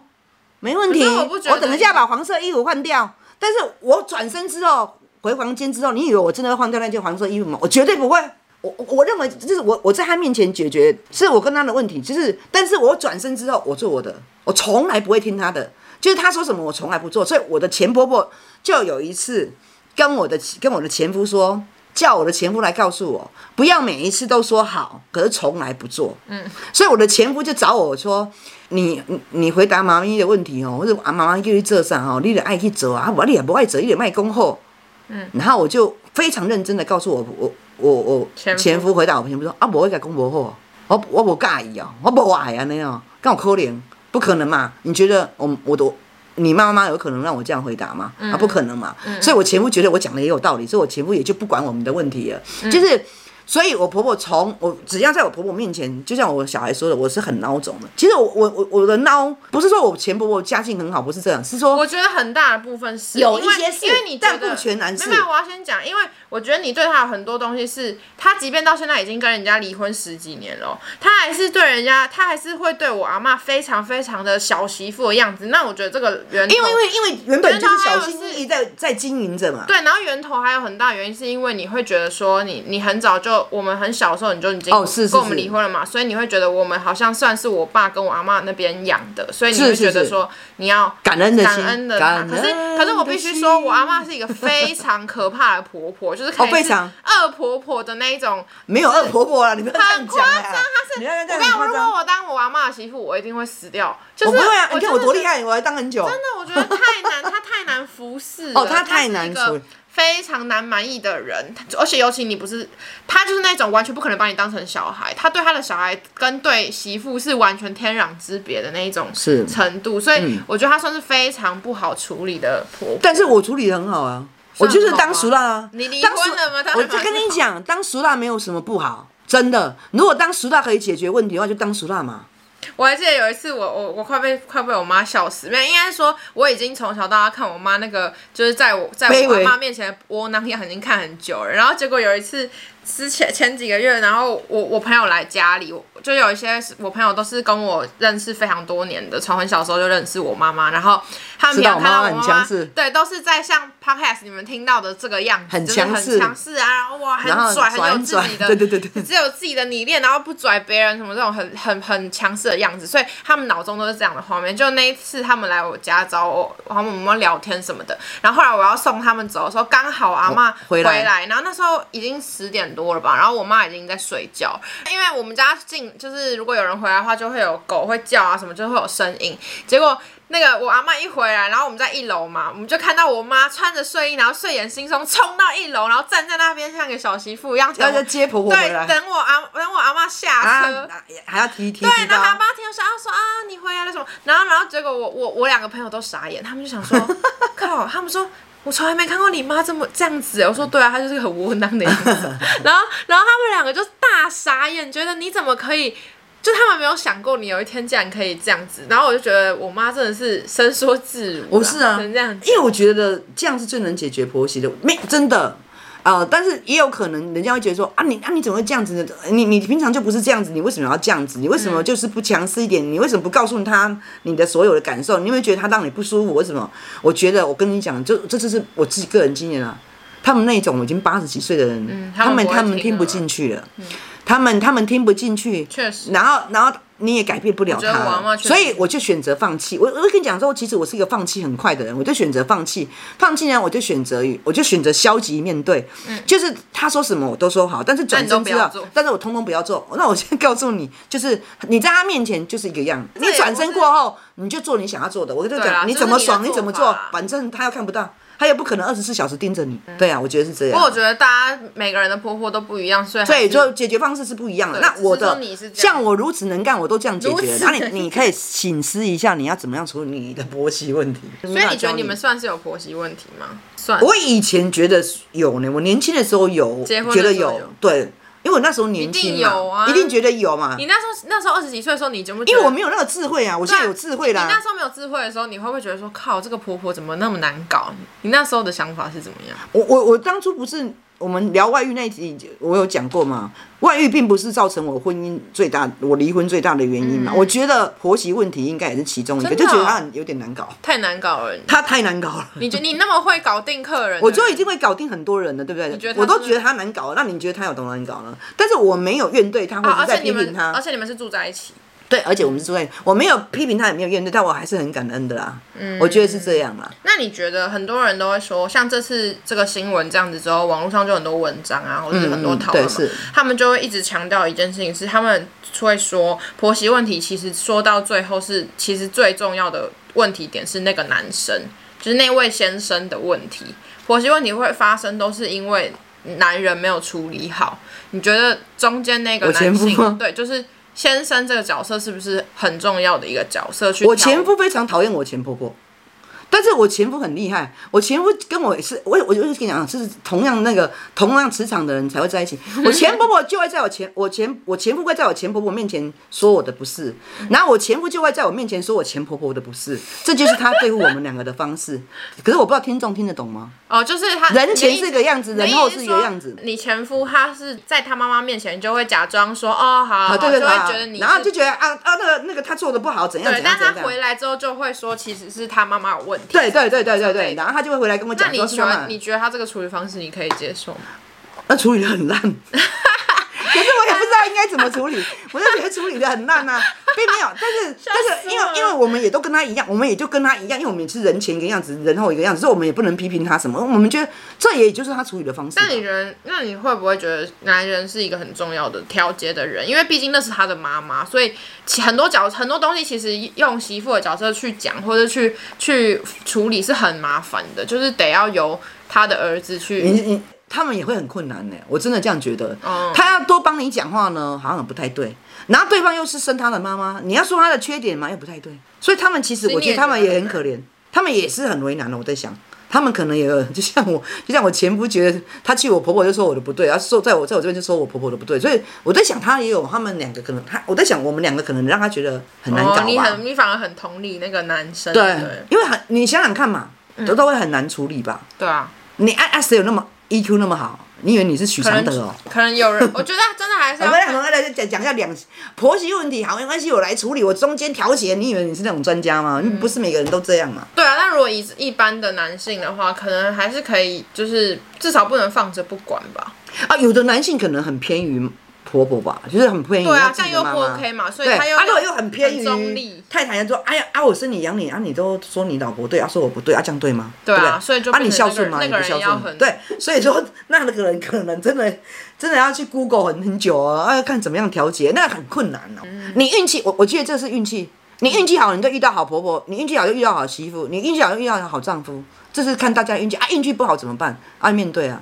[SPEAKER 1] 没问题，
[SPEAKER 2] 可是我不觉得
[SPEAKER 1] 等一下把黄色衣服换掉。但是我转身之后回房间之后，你以为我真的会换掉那件黄色衣服吗？我绝对不会。我我我认为就是我我在他面前解决是我跟他的问题，就是但是我转身之后我做我的，我从来不会听他的，就是他说什么我从来不做，所以我的前婆婆就有一次跟我的跟我的前夫说，叫我的前夫来告诉我，不要每一次都说好，可是从来不做，嗯，所以我的前夫就找我说，你你你回答妈咪的问题哦，或者啊妈妈叫你做啥哦，你得爱去做啊，我你也不爱做，你得卖功后，嗯，然后我就非常认真的告诉我我我我
[SPEAKER 2] 前夫
[SPEAKER 1] 前夫回答我前夫说啊，我会甲讲无好，我我无介意哦，我无爱安尼哦，敢有可能？不可能嘛？你觉得我我都你妈妈有可能让我这样回答吗？
[SPEAKER 2] 嗯
[SPEAKER 1] 啊，不可能嘛！所以我前夫觉得我讲的也有道理，所以我前夫也就不管我们的问题了，
[SPEAKER 2] 嗯
[SPEAKER 1] 就是。所以，我婆婆从我只要在我婆婆面前，就像我小孩说的，我是很孬种的。其实我我我我的孬，不是说我前婆婆家境很好，不是这样，是说
[SPEAKER 2] 我觉得很大的部分是
[SPEAKER 1] 有
[SPEAKER 2] 因为
[SPEAKER 1] 一些是
[SPEAKER 2] 因为你觉
[SPEAKER 1] 但
[SPEAKER 2] 得
[SPEAKER 1] 不全然是
[SPEAKER 2] 没有，没有我要先讲，因为我觉得你对他有很多东西是，他即便到现在已经跟人家离婚十几年了，他还是对人家，他还是会对我阿嬷非常非常的小媳妇的样子。那我觉得这个源头，
[SPEAKER 1] 因为因为因为原本就是小心
[SPEAKER 2] 原来还有
[SPEAKER 1] 翼翼在在经营着嘛。
[SPEAKER 2] 对，然后源头还有很大原因是因为你会觉得说你你很早就我们很小的时候你就已经
[SPEAKER 1] 哦是是
[SPEAKER 2] 跟我们
[SPEAKER 1] 是
[SPEAKER 2] 离婚了嘛，所以你会觉得我们好像算是我爸跟我阿嬷那边养的，所以你
[SPEAKER 1] 是
[SPEAKER 2] 会
[SPEAKER 1] 是
[SPEAKER 2] 觉得
[SPEAKER 1] 是
[SPEAKER 2] 说你要
[SPEAKER 1] 感恩的
[SPEAKER 2] 感
[SPEAKER 1] 心，
[SPEAKER 2] 恩的她
[SPEAKER 1] 感恩
[SPEAKER 2] 可是可是我必须说，我阿
[SPEAKER 1] 妈
[SPEAKER 2] 妈是一个非常可怕的婆婆，就是可
[SPEAKER 1] 哦
[SPEAKER 2] 以
[SPEAKER 1] 非
[SPEAKER 2] 是
[SPEAKER 1] 常
[SPEAKER 2] 恶婆婆的那一种。
[SPEAKER 1] 没有哎恶婆婆了，你不要这样讲
[SPEAKER 2] 夸
[SPEAKER 1] 啊！
[SPEAKER 2] 张，她是
[SPEAKER 1] 你不要这样
[SPEAKER 2] 我
[SPEAKER 1] 讲
[SPEAKER 2] 跟你讲，
[SPEAKER 1] 很
[SPEAKER 2] 如
[SPEAKER 1] 夸张
[SPEAKER 2] 果我当我阿妈的媳妇，我一定会死掉。就是
[SPEAKER 1] 我不会啊！你
[SPEAKER 2] 真
[SPEAKER 1] 看我
[SPEAKER 2] 的
[SPEAKER 1] 多
[SPEAKER 2] 是
[SPEAKER 1] 厉害，我还当很久。
[SPEAKER 2] 真的，我觉得太难，他太难服侍了
[SPEAKER 1] 哦他太
[SPEAKER 2] 是一
[SPEAKER 1] 难
[SPEAKER 2] 个
[SPEAKER 1] 服侍
[SPEAKER 2] 非常难满意的人，而且尤其你不是他就是那种完全不可能把你当成小孩，他对他的小孩跟对媳妇是完全天壤之别的那一种
[SPEAKER 1] 是
[SPEAKER 2] 程度，所以我觉得他算是非常不好处理的婆婆。
[SPEAKER 1] 但是我处理得很好啊，我
[SPEAKER 2] 算
[SPEAKER 1] 就是
[SPEAKER 2] 好
[SPEAKER 1] 当
[SPEAKER 2] 啊
[SPEAKER 1] 熟辣啊。
[SPEAKER 2] 你离
[SPEAKER 1] 当熟
[SPEAKER 2] 婚了吗当然
[SPEAKER 1] 我
[SPEAKER 2] 马
[SPEAKER 1] 就跟
[SPEAKER 2] 上
[SPEAKER 1] 你讲，当熟辣没有什么不好，真的。如果当熟辣可以解决问题的话，就当熟辣嘛。
[SPEAKER 2] 我还记得有一次我，我我快被快被我妈笑死，没有，应该说我已经从小到大看我妈那个，就是在我在
[SPEAKER 1] 卑
[SPEAKER 2] 我
[SPEAKER 1] 微
[SPEAKER 2] 阿妈面前的窝囊样已经看很久了。然后结果有一次之前前几个月，然后我我朋友来家里，我就有一些是我朋友都是跟我认识非常多年的，从很小时候就认识我妈妈，然后他们
[SPEAKER 1] 知
[SPEAKER 2] 平
[SPEAKER 1] 道
[SPEAKER 2] 常看到
[SPEAKER 1] 我妈妈
[SPEAKER 2] 我
[SPEAKER 1] 很
[SPEAKER 2] 妈
[SPEAKER 1] 强
[SPEAKER 2] 妈
[SPEAKER 1] 势，
[SPEAKER 2] 对，都是在像 podcast 你们听到的这个样子，
[SPEAKER 1] 很
[SPEAKER 2] 就是
[SPEAKER 1] 强势
[SPEAKER 2] 很强势啊，然后哇，
[SPEAKER 1] 然后
[SPEAKER 2] 很拽，很有
[SPEAKER 1] 转
[SPEAKER 2] 自己
[SPEAKER 1] 转，
[SPEAKER 2] 的，
[SPEAKER 1] 对对对对。
[SPEAKER 2] 只有自己的理念，然后不拽别人什么这种很很很强势的样子，所以他们脑中都是这样的画面。就那一次他们来我家找我，然后我们聊天什么的，然后后来我要送他们走的时候，刚好阿妈
[SPEAKER 1] 哦回
[SPEAKER 2] 回
[SPEAKER 1] 来
[SPEAKER 2] 然后那时候已经十点多了吧，然后我妈已经在睡觉，因为我们家进就是如果有人回来的话，就会有狗会叫啊什么，就会有声音，结果。那个我阿妈一回来，然后我们在一楼嘛，我们就看到我妈穿着睡衣，然后睡眼惺忪冲到一楼，然后站在那边像个小媳妇一样，
[SPEAKER 1] 要要接婆婆回
[SPEAKER 2] 对，
[SPEAKER 1] 来
[SPEAKER 2] 等我阿等我阿妈下
[SPEAKER 1] 啊
[SPEAKER 2] 车。，
[SPEAKER 1] 还要提提
[SPEAKER 2] 对，
[SPEAKER 1] 提
[SPEAKER 2] 然后阿
[SPEAKER 1] 到
[SPEAKER 2] 妈听到说啊说啊你回来了什么，然后然后结果我我我两个朋友都傻眼，他们就 想说靠，他们说我从来没看过你妈这么这样子欸，我说对啊，她就是个很窝囊的样 子，然后然后他们两个就大傻眼，觉得你怎么可以？就他们没有想过你有一天竟然可以这样子，然后我就觉得我妈真的是伸缩自如啦，
[SPEAKER 1] 我是啊，
[SPEAKER 2] 只能这样
[SPEAKER 1] 因为我觉得这样是最能解决婆媳的，没真的。呃，但是也有可能人家会觉得说啊你，啊你怎么会这样子呢？你你平常就不是这样子，你为什么要这样子？你为什么就是不强势一点？你为什么不告诉他你的所有的感受？你有没有觉得他让你不舒服？为什么？我觉得我跟你讲，就这就是我自己个人经验啊。他们那种已经八十几岁的人，
[SPEAKER 2] 他
[SPEAKER 1] 他
[SPEAKER 2] 们
[SPEAKER 1] 们
[SPEAKER 2] 不会
[SPEAKER 1] 他们
[SPEAKER 2] 听
[SPEAKER 1] 听不
[SPEAKER 2] 了
[SPEAKER 1] 进去了，嗯他们他们听不进去，
[SPEAKER 2] 确实
[SPEAKER 1] 然后然后你也改变不了
[SPEAKER 2] 觉得我阿
[SPEAKER 1] 他
[SPEAKER 2] 嬷
[SPEAKER 1] 了，
[SPEAKER 2] 确实
[SPEAKER 1] 所以我就选择放弃。我我跟你讲说，其实我是一个放弃很快的人，我就选择放弃。放弃呢，我就选择我就选择消极面对，就是他说什么我都说好，但是转身之
[SPEAKER 2] 嗯但你都
[SPEAKER 1] 后
[SPEAKER 2] 不要做，
[SPEAKER 1] 但是我通通不要做。那我先告诉你，就是你在他面前就是一个样，你
[SPEAKER 2] 也
[SPEAKER 1] 转
[SPEAKER 2] 不
[SPEAKER 1] 身
[SPEAKER 2] 嗯是
[SPEAKER 1] 过后你就做你想要做的。我就
[SPEAKER 2] 对啊
[SPEAKER 1] 讲你
[SPEAKER 2] 这
[SPEAKER 1] 怎
[SPEAKER 2] 是
[SPEAKER 1] 么
[SPEAKER 2] 你的
[SPEAKER 1] 爽你
[SPEAKER 2] 做
[SPEAKER 1] 怎么
[SPEAKER 2] 法嗯
[SPEAKER 1] 做
[SPEAKER 2] 啊，
[SPEAKER 1] 反正他又看不到，他也不可能二十四小时盯着你。对啊，我觉得是这
[SPEAKER 2] 不过我
[SPEAKER 1] 样。
[SPEAKER 2] 觉得大家每个人的婆婆都不一样，所以还
[SPEAKER 1] 对，
[SPEAKER 2] 是
[SPEAKER 1] 就解决方式是不一样的。
[SPEAKER 2] 嗯对
[SPEAKER 1] 那我
[SPEAKER 2] 只是
[SPEAKER 1] 的
[SPEAKER 2] 说你是这样
[SPEAKER 1] 像我如此能干，我都这样解决
[SPEAKER 2] 如
[SPEAKER 1] 了。
[SPEAKER 2] 此
[SPEAKER 1] 那
[SPEAKER 2] 能
[SPEAKER 1] 你
[SPEAKER 2] 干
[SPEAKER 1] 你可以醒思一下，你要怎么样处理你的婆媳问题。
[SPEAKER 2] 所以你觉得你们算是有婆媳问题吗？算，
[SPEAKER 1] 我以前觉得有呢，我年轻的时候有，
[SPEAKER 2] 结婚的
[SPEAKER 1] 觉得
[SPEAKER 2] 时候
[SPEAKER 1] 有
[SPEAKER 2] 有，
[SPEAKER 1] 对，因为我那时候年轻嘛，
[SPEAKER 2] 一定有啊
[SPEAKER 1] 一定觉得有嘛，
[SPEAKER 2] 你那时候那时候二十几岁的时候，你就不觉
[SPEAKER 1] 因
[SPEAKER 2] 得
[SPEAKER 1] 为我没有那个智慧啊，我现在有智慧
[SPEAKER 2] 你那
[SPEAKER 1] 啦。
[SPEAKER 2] 时候没有智慧的时候，你会不会觉得说靠，这个婆婆怎么那么难搞？你那时候的想法是怎么样？
[SPEAKER 1] 我我我当初不是我们聊外遇那一集，我有讲过嘛，外遇并不是造成我婚姻最大，我离婚最大的原因嘛。我觉得婆媳问题应该也是其中一个，
[SPEAKER 2] 嗯真的
[SPEAKER 1] 就
[SPEAKER 2] 哦
[SPEAKER 1] 觉得他很有点难搞，
[SPEAKER 2] 太难搞了。
[SPEAKER 1] 他太难搞 了。
[SPEAKER 2] 你觉得你那么会搞定客人，
[SPEAKER 1] 我就已经会搞定很多人了，对不对？
[SPEAKER 2] 觉得他
[SPEAKER 1] 我都
[SPEAKER 2] 是
[SPEAKER 1] 觉得他难搞，那你觉得他有多难搞呢？但是我没有怨对他，或
[SPEAKER 2] 啊，
[SPEAKER 1] 者
[SPEAKER 2] 而
[SPEAKER 1] 是在
[SPEAKER 2] 且你
[SPEAKER 1] 批评
[SPEAKER 2] 们
[SPEAKER 1] 他。
[SPEAKER 2] 而且你们是住在一起，
[SPEAKER 1] 对，而且我们是住在，我没有批评他，也没有怨对，但我还是很感恩的啦。
[SPEAKER 2] 嗯
[SPEAKER 1] 我觉得是这样啦。
[SPEAKER 2] 那你觉得很多人都会说，像这次这个新闻这样子之后，网络上就很多文章啊，或者是很多讨论嘛、
[SPEAKER 1] 嗯对是
[SPEAKER 2] 他们就会一直强调一件事情是，他们会说婆媳问题，其实说到最后是，其实最重要的问题点是那个男生，就是那位先生的问题。婆媳问题会发生，都是因为男人没有处理好。你觉得中间那个
[SPEAKER 1] 我前
[SPEAKER 2] 男
[SPEAKER 1] 夫吗
[SPEAKER 2] 性，对，就是先生这个角色是不是很重要的一个角色去？
[SPEAKER 1] 我前夫非常讨厌我前婆婆，但是我前夫很厉害，我前夫跟我也是，我我就是跟你讲，是同样那个同样磁场的人才会在一起。我前婆婆就会在我前我前我前夫会在我前婆婆面前说我的不是，
[SPEAKER 2] 嗯
[SPEAKER 1] 然后我前夫就会在我面前说我前婆婆的不是，这就是他对付我们两个的方式。可是我不知道听众听得懂吗？
[SPEAKER 2] 哦，就是他
[SPEAKER 1] 人前
[SPEAKER 2] 你的意思
[SPEAKER 1] 是个样子，人后是一个样子。
[SPEAKER 2] 你前夫他是在他妈妈面前就会假装说哦好，
[SPEAKER 1] 啊，
[SPEAKER 2] 好
[SPEAKER 1] 对对
[SPEAKER 2] 就
[SPEAKER 1] 对，
[SPEAKER 2] 会
[SPEAKER 1] 啊
[SPEAKER 2] 觉得你是
[SPEAKER 1] 然后就觉得啊啊，那个那个他做的不好，怎样
[SPEAKER 2] 对
[SPEAKER 1] 怎，样怎
[SPEAKER 2] 但他
[SPEAKER 1] 样怎
[SPEAKER 2] 回
[SPEAKER 1] 样。
[SPEAKER 2] 来之后就会说其实是他妈妈有问题。
[SPEAKER 1] 对对对对对对，然后他就会回来跟我
[SPEAKER 2] 那
[SPEAKER 1] 讲
[SPEAKER 2] 你
[SPEAKER 1] 说是
[SPEAKER 2] 觉
[SPEAKER 1] 妈
[SPEAKER 2] 得
[SPEAKER 1] 妈，
[SPEAKER 2] 你觉得他这个处理方式你可以接受吗？
[SPEAKER 1] 那处理的很烂。 可是我也不知道应该怎么处理，我就觉得处理的很烂啊，并没有。但是但是因为因为我们也都跟他一样，我们也就跟他一样，因为我们也是人前一个样子，人后一个样子，所以我们也不能批评他什么。我们觉得这也就是他处理的方式吧。
[SPEAKER 2] 那你觉得那你会不会觉得男人是一个很重要的调节的人？因为毕竟那是他的妈妈，所以其很多角很多东西其实用媳妇的角色去讲或者去去处理是很麻烦的，就是得要由他的儿子去。
[SPEAKER 1] 你你他们也会很困难呢、我真的这样觉得。
[SPEAKER 2] 哦
[SPEAKER 1] 他要多帮你讲话呢，好像很不太对。然后对方又是生他的妈妈，你要说他的缺点嘛，又不太对。所以他们其实，
[SPEAKER 2] 以
[SPEAKER 1] 我
[SPEAKER 2] 你
[SPEAKER 1] 觉得
[SPEAKER 2] 也
[SPEAKER 1] 他们
[SPEAKER 2] 觉得
[SPEAKER 1] 也很
[SPEAKER 2] 很
[SPEAKER 1] 可怜，他们也是很为难的。我在想，他们可能也有 就像我，就像我前夫觉得他去我婆婆就说我的不对，然后说在我在我这边就说我婆婆的不对。所以我在想，他也有他们两个可能，他我在想我们两个可能让他觉得很难搞吧。
[SPEAKER 2] 哦、你很你反而很同理那个男生，
[SPEAKER 1] 对
[SPEAKER 2] 对，嗯
[SPEAKER 1] 因为很你想想看嘛，都都会很难处理吧。
[SPEAKER 2] 对啊，
[SPEAKER 1] 你爱爱谁有那么 EQ 那么好？你以为你是许
[SPEAKER 2] 可
[SPEAKER 1] 常
[SPEAKER 2] 能
[SPEAKER 1] 德哦？
[SPEAKER 2] 可能有人，我 觉得真的还是
[SPEAKER 1] 我
[SPEAKER 2] 要
[SPEAKER 1] 们两个来讲讲一下两婆媳问题，好，没关系，我来处理，我中间调解。你以为你是那种专家吗？
[SPEAKER 2] 嗯
[SPEAKER 1] 不是每个人都这样嘛。
[SPEAKER 2] 对啊。那如果以一般的男性的话，可能还是可以，就是至少不能放着不管吧。
[SPEAKER 1] 啊，有的男性可能很偏于婆婆吧，就是很偏于
[SPEAKER 2] 对啊
[SPEAKER 1] 他嗯自己
[SPEAKER 2] 这样
[SPEAKER 1] 的妈
[SPEAKER 2] 又不
[SPEAKER 1] 妈。
[SPEAKER 2] OK 嘛所以
[SPEAKER 1] 对
[SPEAKER 2] 他又
[SPEAKER 1] 啊，如果又很偏于
[SPEAKER 2] 很中立
[SPEAKER 1] 太太就说，哎呀啊，我生你养你啊，你都说你老婆对啊，说我不对啊，这样对吗？
[SPEAKER 2] 对啊
[SPEAKER 1] 不对
[SPEAKER 2] 所以就
[SPEAKER 1] 啊，
[SPEAKER 2] 变
[SPEAKER 1] 你
[SPEAKER 2] 成
[SPEAKER 1] 孝
[SPEAKER 2] 那个
[SPEAKER 1] 顺吗？
[SPEAKER 2] 那
[SPEAKER 1] 你
[SPEAKER 2] 个
[SPEAKER 1] 不
[SPEAKER 2] 人
[SPEAKER 1] 孝
[SPEAKER 2] 要
[SPEAKER 1] 顺
[SPEAKER 2] 很
[SPEAKER 1] 对，所以说那那个人可能真的真的要去 Google 很很久啊，要看怎么样调节，那很困难哦。
[SPEAKER 2] 嗯
[SPEAKER 1] 你运气，我我记得这是运气。你运气好，你就遇到好婆婆；你运气好就遇到好媳妇；你运气好就遇到好丈夫。这是看大家运气啊，运气不好怎么办？啊，面对啊，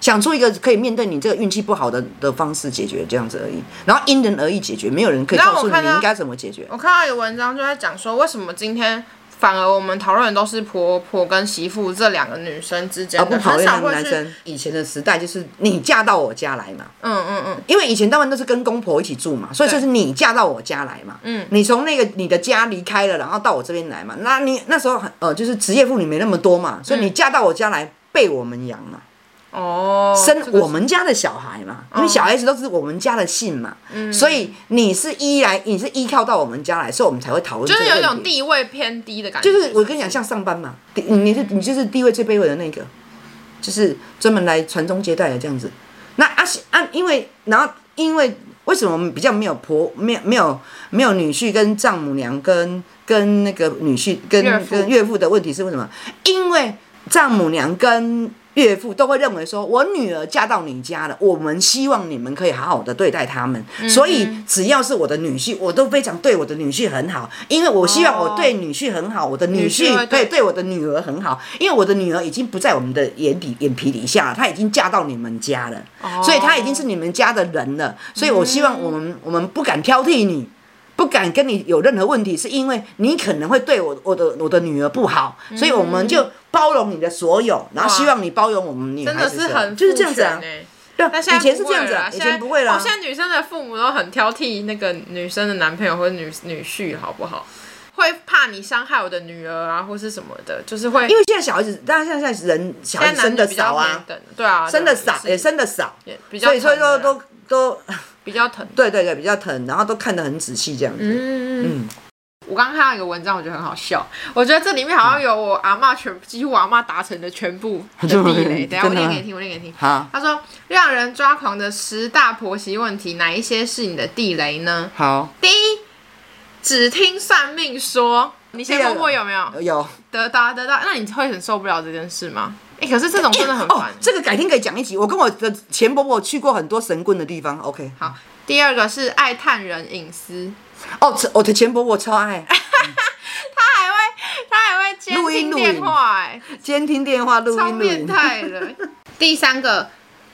[SPEAKER 1] 想出一个可以面对你这个运气不好的的方式解决，这样子而已。然后因人而异解决，没有人可以
[SPEAKER 2] 那我
[SPEAKER 1] 告诉你
[SPEAKER 2] 看
[SPEAKER 1] 你
[SPEAKER 2] 到
[SPEAKER 1] 应该怎么解决。
[SPEAKER 2] 我看到有文章就在讲说，为什么今天反而我们讨论的都是婆婆跟媳妇这两个女生之间
[SPEAKER 1] 而
[SPEAKER 2] 的，
[SPEAKER 1] 啊哦不讨
[SPEAKER 2] 很
[SPEAKER 1] 厌
[SPEAKER 2] 少
[SPEAKER 1] 他们
[SPEAKER 2] 会
[SPEAKER 1] 男
[SPEAKER 2] 去，
[SPEAKER 1] 生。以前的时代就是你嫁到我家来嘛，
[SPEAKER 2] 嗯嗯嗯，
[SPEAKER 1] 因为以前他们都是跟公婆一起住嘛，所以就是你嫁到我家来嘛，嗯，你从那个你的家离开了，然后到我这边来嘛，那你那时候很呃就是职业妇女没那么多嘛，所以你嫁到我家来被我们养嘛，
[SPEAKER 2] 哦，
[SPEAKER 1] 生
[SPEAKER 2] 这个哦
[SPEAKER 1] 我们家的小孩嘛，因为小孩子都是我们家的姓嘛，
[SPEAKER 2] 嗯
[SPEAKER 1] 所以你是依来你是依靠到我们家来，所以我们才会讨论这
[SPEAKER 2] 就
[SPEAKER 1] 个
[SPEAKER 2] 是有一
[SPEAKER 1] 问
[SPEAKER 2] 种
[SPEAKER 1] 题。
[SPEAKER 2] 地位偏低的感觉，
[SPEAKER 1] 就是我跟你讲，像上班嘛，你你是你就是地位最卑微的那个，就是专门来传宗接代的这样子。那啊是啊，因为然后因为为什么比较没有婆没有没有没有女婿跟丈母娘跟跟那个女婿跟
[SPEAKER 2] 岳父
[SPEAKER 1] 跟岳父的问题是为什么？因为丈母娘跟岳父都会认为说，我女儿嫁到你家了，我们希望你们可以好好的对待他们。
[SPEAKER 2] 嗯
[SPEAKER 1] 所以只要是我的女婿，我都非常对我的女婿很好，因为我希望我对女婿很好，我的女
[SPEAKER 2] 女
[SPEAKER 1] 婿
[SPEAKER 2] 婿会对
[SPEAKER 1] 对对我的女儿很好，因为我的女儿已经不在我们的眼底眼皮底下了，她已经嫁到你们家了，
[SPEAKER 2] 哦
[SPEAKER 1] 所以她已经是你们家的人了。所以我希望我们、我们不敢挑剔你。不敢跟你有任何问题，是因为你可能会对我我的我的女儿不好，
[SPEAKER 2] 嗯
[SPEAKER 1] 所以我们就包容你的所有，然后希望你包容我们女
[SPEAKER 2] 真
[SPEAKER 1] 孩
[SPEAKER 2] 的
[SPEAKER 1] 子
[SPEAKER 2] 是很
[SPEAKER 1] 就是这样子啊
[SPEAKER 2] 父。权欸
[SPEAKER 1] 对啊，
[SPEAKER 2] 那现在
[SPEAKER 1] 以前是这样子、
[SPEAKER 2] 不会了
[SPEAKER 1] 啊
[SPEAKER 2] 啦，
[SPEAKER 1] 以
[SPEAKER 2] 现在
[SPEAKER 1] 前不会啦
[SPEAKER 2] 哦，。现在女生的父母都很挑剔那个女生的男朋友或者女女婿，好不好？会怕你伤害我的女儿啊，或是什么的，就是会
[SPEAKER 1] 因为现在小孩子，大家现在现在人小孩
[SPEAKER 2] 现
[SPEAKER 1] 子
[SPEAKER 2] 在男
[SPEAKER 1] 生
[SPEAKER 2] 女
[SPEAKER 1] 的
[SPEAKER 2] 比较
[SPEAKER 1] 少
[SPEAKER 2] 平
[SPEAKER 1] 啊，
[SPEAKER 2] 等，对啊，
[SPEAKER 1] 生的少
[SPEAKER 2] 对
[SPEAKER 1] 也
[SPEAKER 2] 也是
[SPEAKER 1] 生的少，
[SPEAKER 2] 也比较
[SPEAKER 1] 所以
[SPEAKER 2] 疼的
[SPEAKER 1] 所
[SPEAKER 2] 啦，
[SPEAKER 1] 以说都都
[SPEAKER 2] 比较疼。
[SPEAKER 1] 对对对比较疼，然后都看得很仔细这样子。
[SPEAKER 2] 嗯
[SPEAKER 1] 嗯，
[SPEAKER 2] 我刚刚看到一个文章，我觉得很好笑。我觉得这里面好像有我阿嬷全几乎我阿嬷达成的 全部的地雷。等一下
[SPEAKER 1] 真
[SPEAKER 2] 我
[SPEAKER 1] 的啊
[SPEAKER 2] 念
[SPEAKER 1] 吗
[SPEAKER 2] 给你听，我念给你听。
[SPEAKER 1] 好
[SPEAKER 2] 他说让人抓狂的十大婆媳问题，哪一些是你的地雷呢？
[SPEAKER 1] 好
[SPEAKER 2] 第一，只听算命说。你先问我有没有
[SPEAKER 1] 有
[SPEAKER 2] 得到得到？那你会很受不了这件事吗？哎、可是这种真的很
[SPEAKER 1] 哦
[SPEAKER 2] 烦。，
[SPEAKER 1] 这个改天可以讲一集。我跟我的前婆婆去过很多神棍的地方。OK，
[SPEAKER 2] 好，第二个是爱探人隐私，
[SPEAKER 1] 哦，这我的前婆婆超爱，
[SPEAKER 2] 他还会他还会监
[SPEAKER 1] 录音
[SPEAKER 2] 听
[SPEAKER 1] 录影
[SPEAKER 2] 电话、哎，
[SPEAKER 1] 今天听电话录哦
[SPEAKER 2] 超
[SPEAKER 1] 音录
[SPEAKER 2] 变
[SPEAKER 1] 音。
[SPEAKER 2] 态 的。第三个，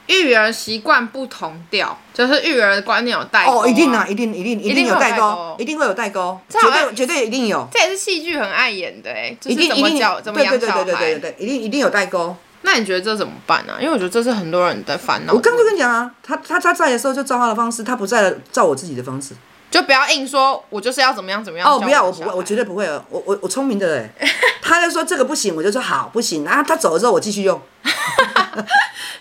[SPEAKER 2] 育儿习惯不同调，就是育儿观念有代沟、
[SPEAKER 1] 哦，一定啊，。一定一定一
[SPEAKER 2] 定
[SPEAKER 1] 定有
[SPEAKER 2] 会有
[SPEAKER 1] 代
[SPEAKER 2] 代
[SPEAKER 1] 沟
[SPEAKER 2] 沟，
[SPEAKER 1] 一定会有代沟，
[SPEAKER 2] 这
[SPEAKER 1] 绝
[SPEAKER 2] 好
[SPEAKER 1] 对
[SPEAKER 2] 像
[SPEAKER 1] 绝对一定有，
[SPEAKER 2] 这也是戏剧很爱演的哎、就
[SPEAKER 1] 一
[SPEAKER 2] 是
[SPEAKER 1] 定
[SPEAKER 2] 怎
[SPEAKER 1] 一
[SPEAKER 2] 么
[SPEAKER 1] 定
[SPEAKER 2] 教怎么
[SPEAKER 1] 对
[SPEAKER 2] 养
[SPEAKER 1] 对对
[SPEAKER 2] 小
[SPEAKER 1] 对对对对，
[SPEAKER 2] 孩。
[SPEAKER 1] 一定一定有代沟。
[SPEAKER 2] 那你觉得这怎么办啊呢、因为我觉得这是很多人的烦恼。
[SPEAKER 1] 我刚刚就跟你讲啊，他他他在的时候就照他的方式，他不在了照我自己的方式。
[SPEAKER 2] 就不要硬说，我就是要怎么样怎么样。
[SPEAKER 1] 哦，不要，我不
[SPEAKER 2] 教
[SPEAKER 1] 会，我
[SPEAKER 2] 我
[SPEAKER 1] 绝
[SPEAKER 2] 得
[SPEAKER 1] 对不会了，我我我聪明的哎。他就说这个不行，我就说好不行，然后他走了之后我继续用。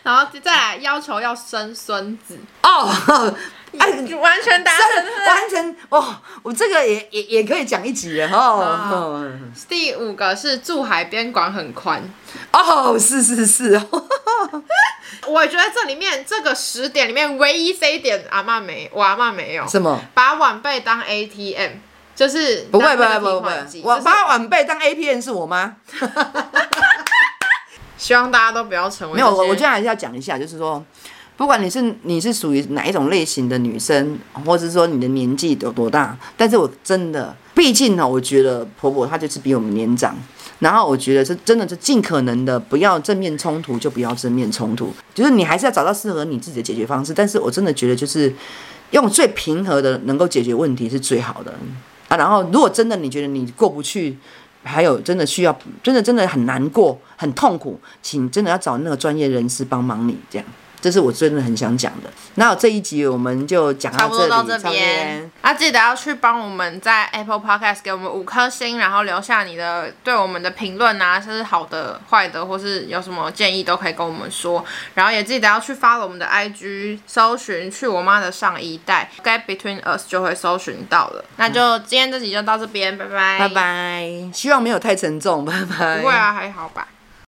[SPEAKER 2] 然后再来要求要生孙子，
[SPEAKER 1] 哦， 哎，
[SPEAKER 2] 就完全达成
[SPEAKER 1] 真的完全哦，我这个也也也可以讲一集了哦。
[SPEAKER 2] 啊第五个是住海边管很宽，
[SPEAKER 1] 哦，是是是，哦
[SPEAKER 2] 我觉得这里面这个十点里面唯一这一点阿嬷没，我阿嬷没有。
[SPEAKER 1] 什么？
[SPEAKER 2] 把晚辈当 ATM，就是
[SPEAKER 1] 不会
[SPEAKER 2] 当
[SPEAKER 1] 不
[SPEAKER 2] 那
[SPEAKER 1] 会不会
[SPEAKER 2] 个提
[SPEAKER 1] 不
[SPEAKER 2] 款
[SPEAKER 1] 会
[SPEAKER 2] 机，
[SPEAKER 1] 我
[SPEAKER 2] 就是
[SPEAKER 1] 把晚辈当 A 片是我妈。
[SPEAKER 2] 希望大家都不要成为
[SPEAKER 1] 没有，我我觉
[SPEAKER 2] 这些
[SPEAKER 1] 得还是要讲一下，就是说，不管你是你是属于哪一种类型的女生，或者是说你的年纪有多大，但是我真的，毕竟呢，我觉得婆婆她就是比我们年长。然后我觉得是真的，就尽可能的不要正面冲突，就不要正面冲突。就是你还是要找到适合你自己的解决方式。但是我真的觉得，就是用最平和的能够解决问题是最好的啊。然后，如果真的你觉得你过不去，还有真的需要，真的真的很难过，很痛苦，请真的要找那个专业人士帮忙你这样。这是我真的很想讲的。那这一集我们就讲
[SPEAKER 2] 差
[SPEAKER 1] 到
[SPEAKER 2] 不
[SPEAKER 1] 这
[SPEAKER 2] 多
[SPEAKER 1] 里，
[SPEAKER 2] 到这
[SPEAKER 1] 差不多
[SPEAKER 2] 边，啊，记得要去帮我们在 Apple Podcast 给我们五颗星，然后留下你的对我们的评论啊，是好的、坏的，或是有什么建议都可以跟我们说。然后也记得要去 follow 我们的 IG，搜寻“去我妈的上一代 ”，Get Between Us 就会搜寻到了。那就嗯今天这集就到这边，拜拜，
[SPEAKER 1] 拜。拜。希望没有太沉重，拜拜。
[SPEAKER 2] 不会啊，还好吧。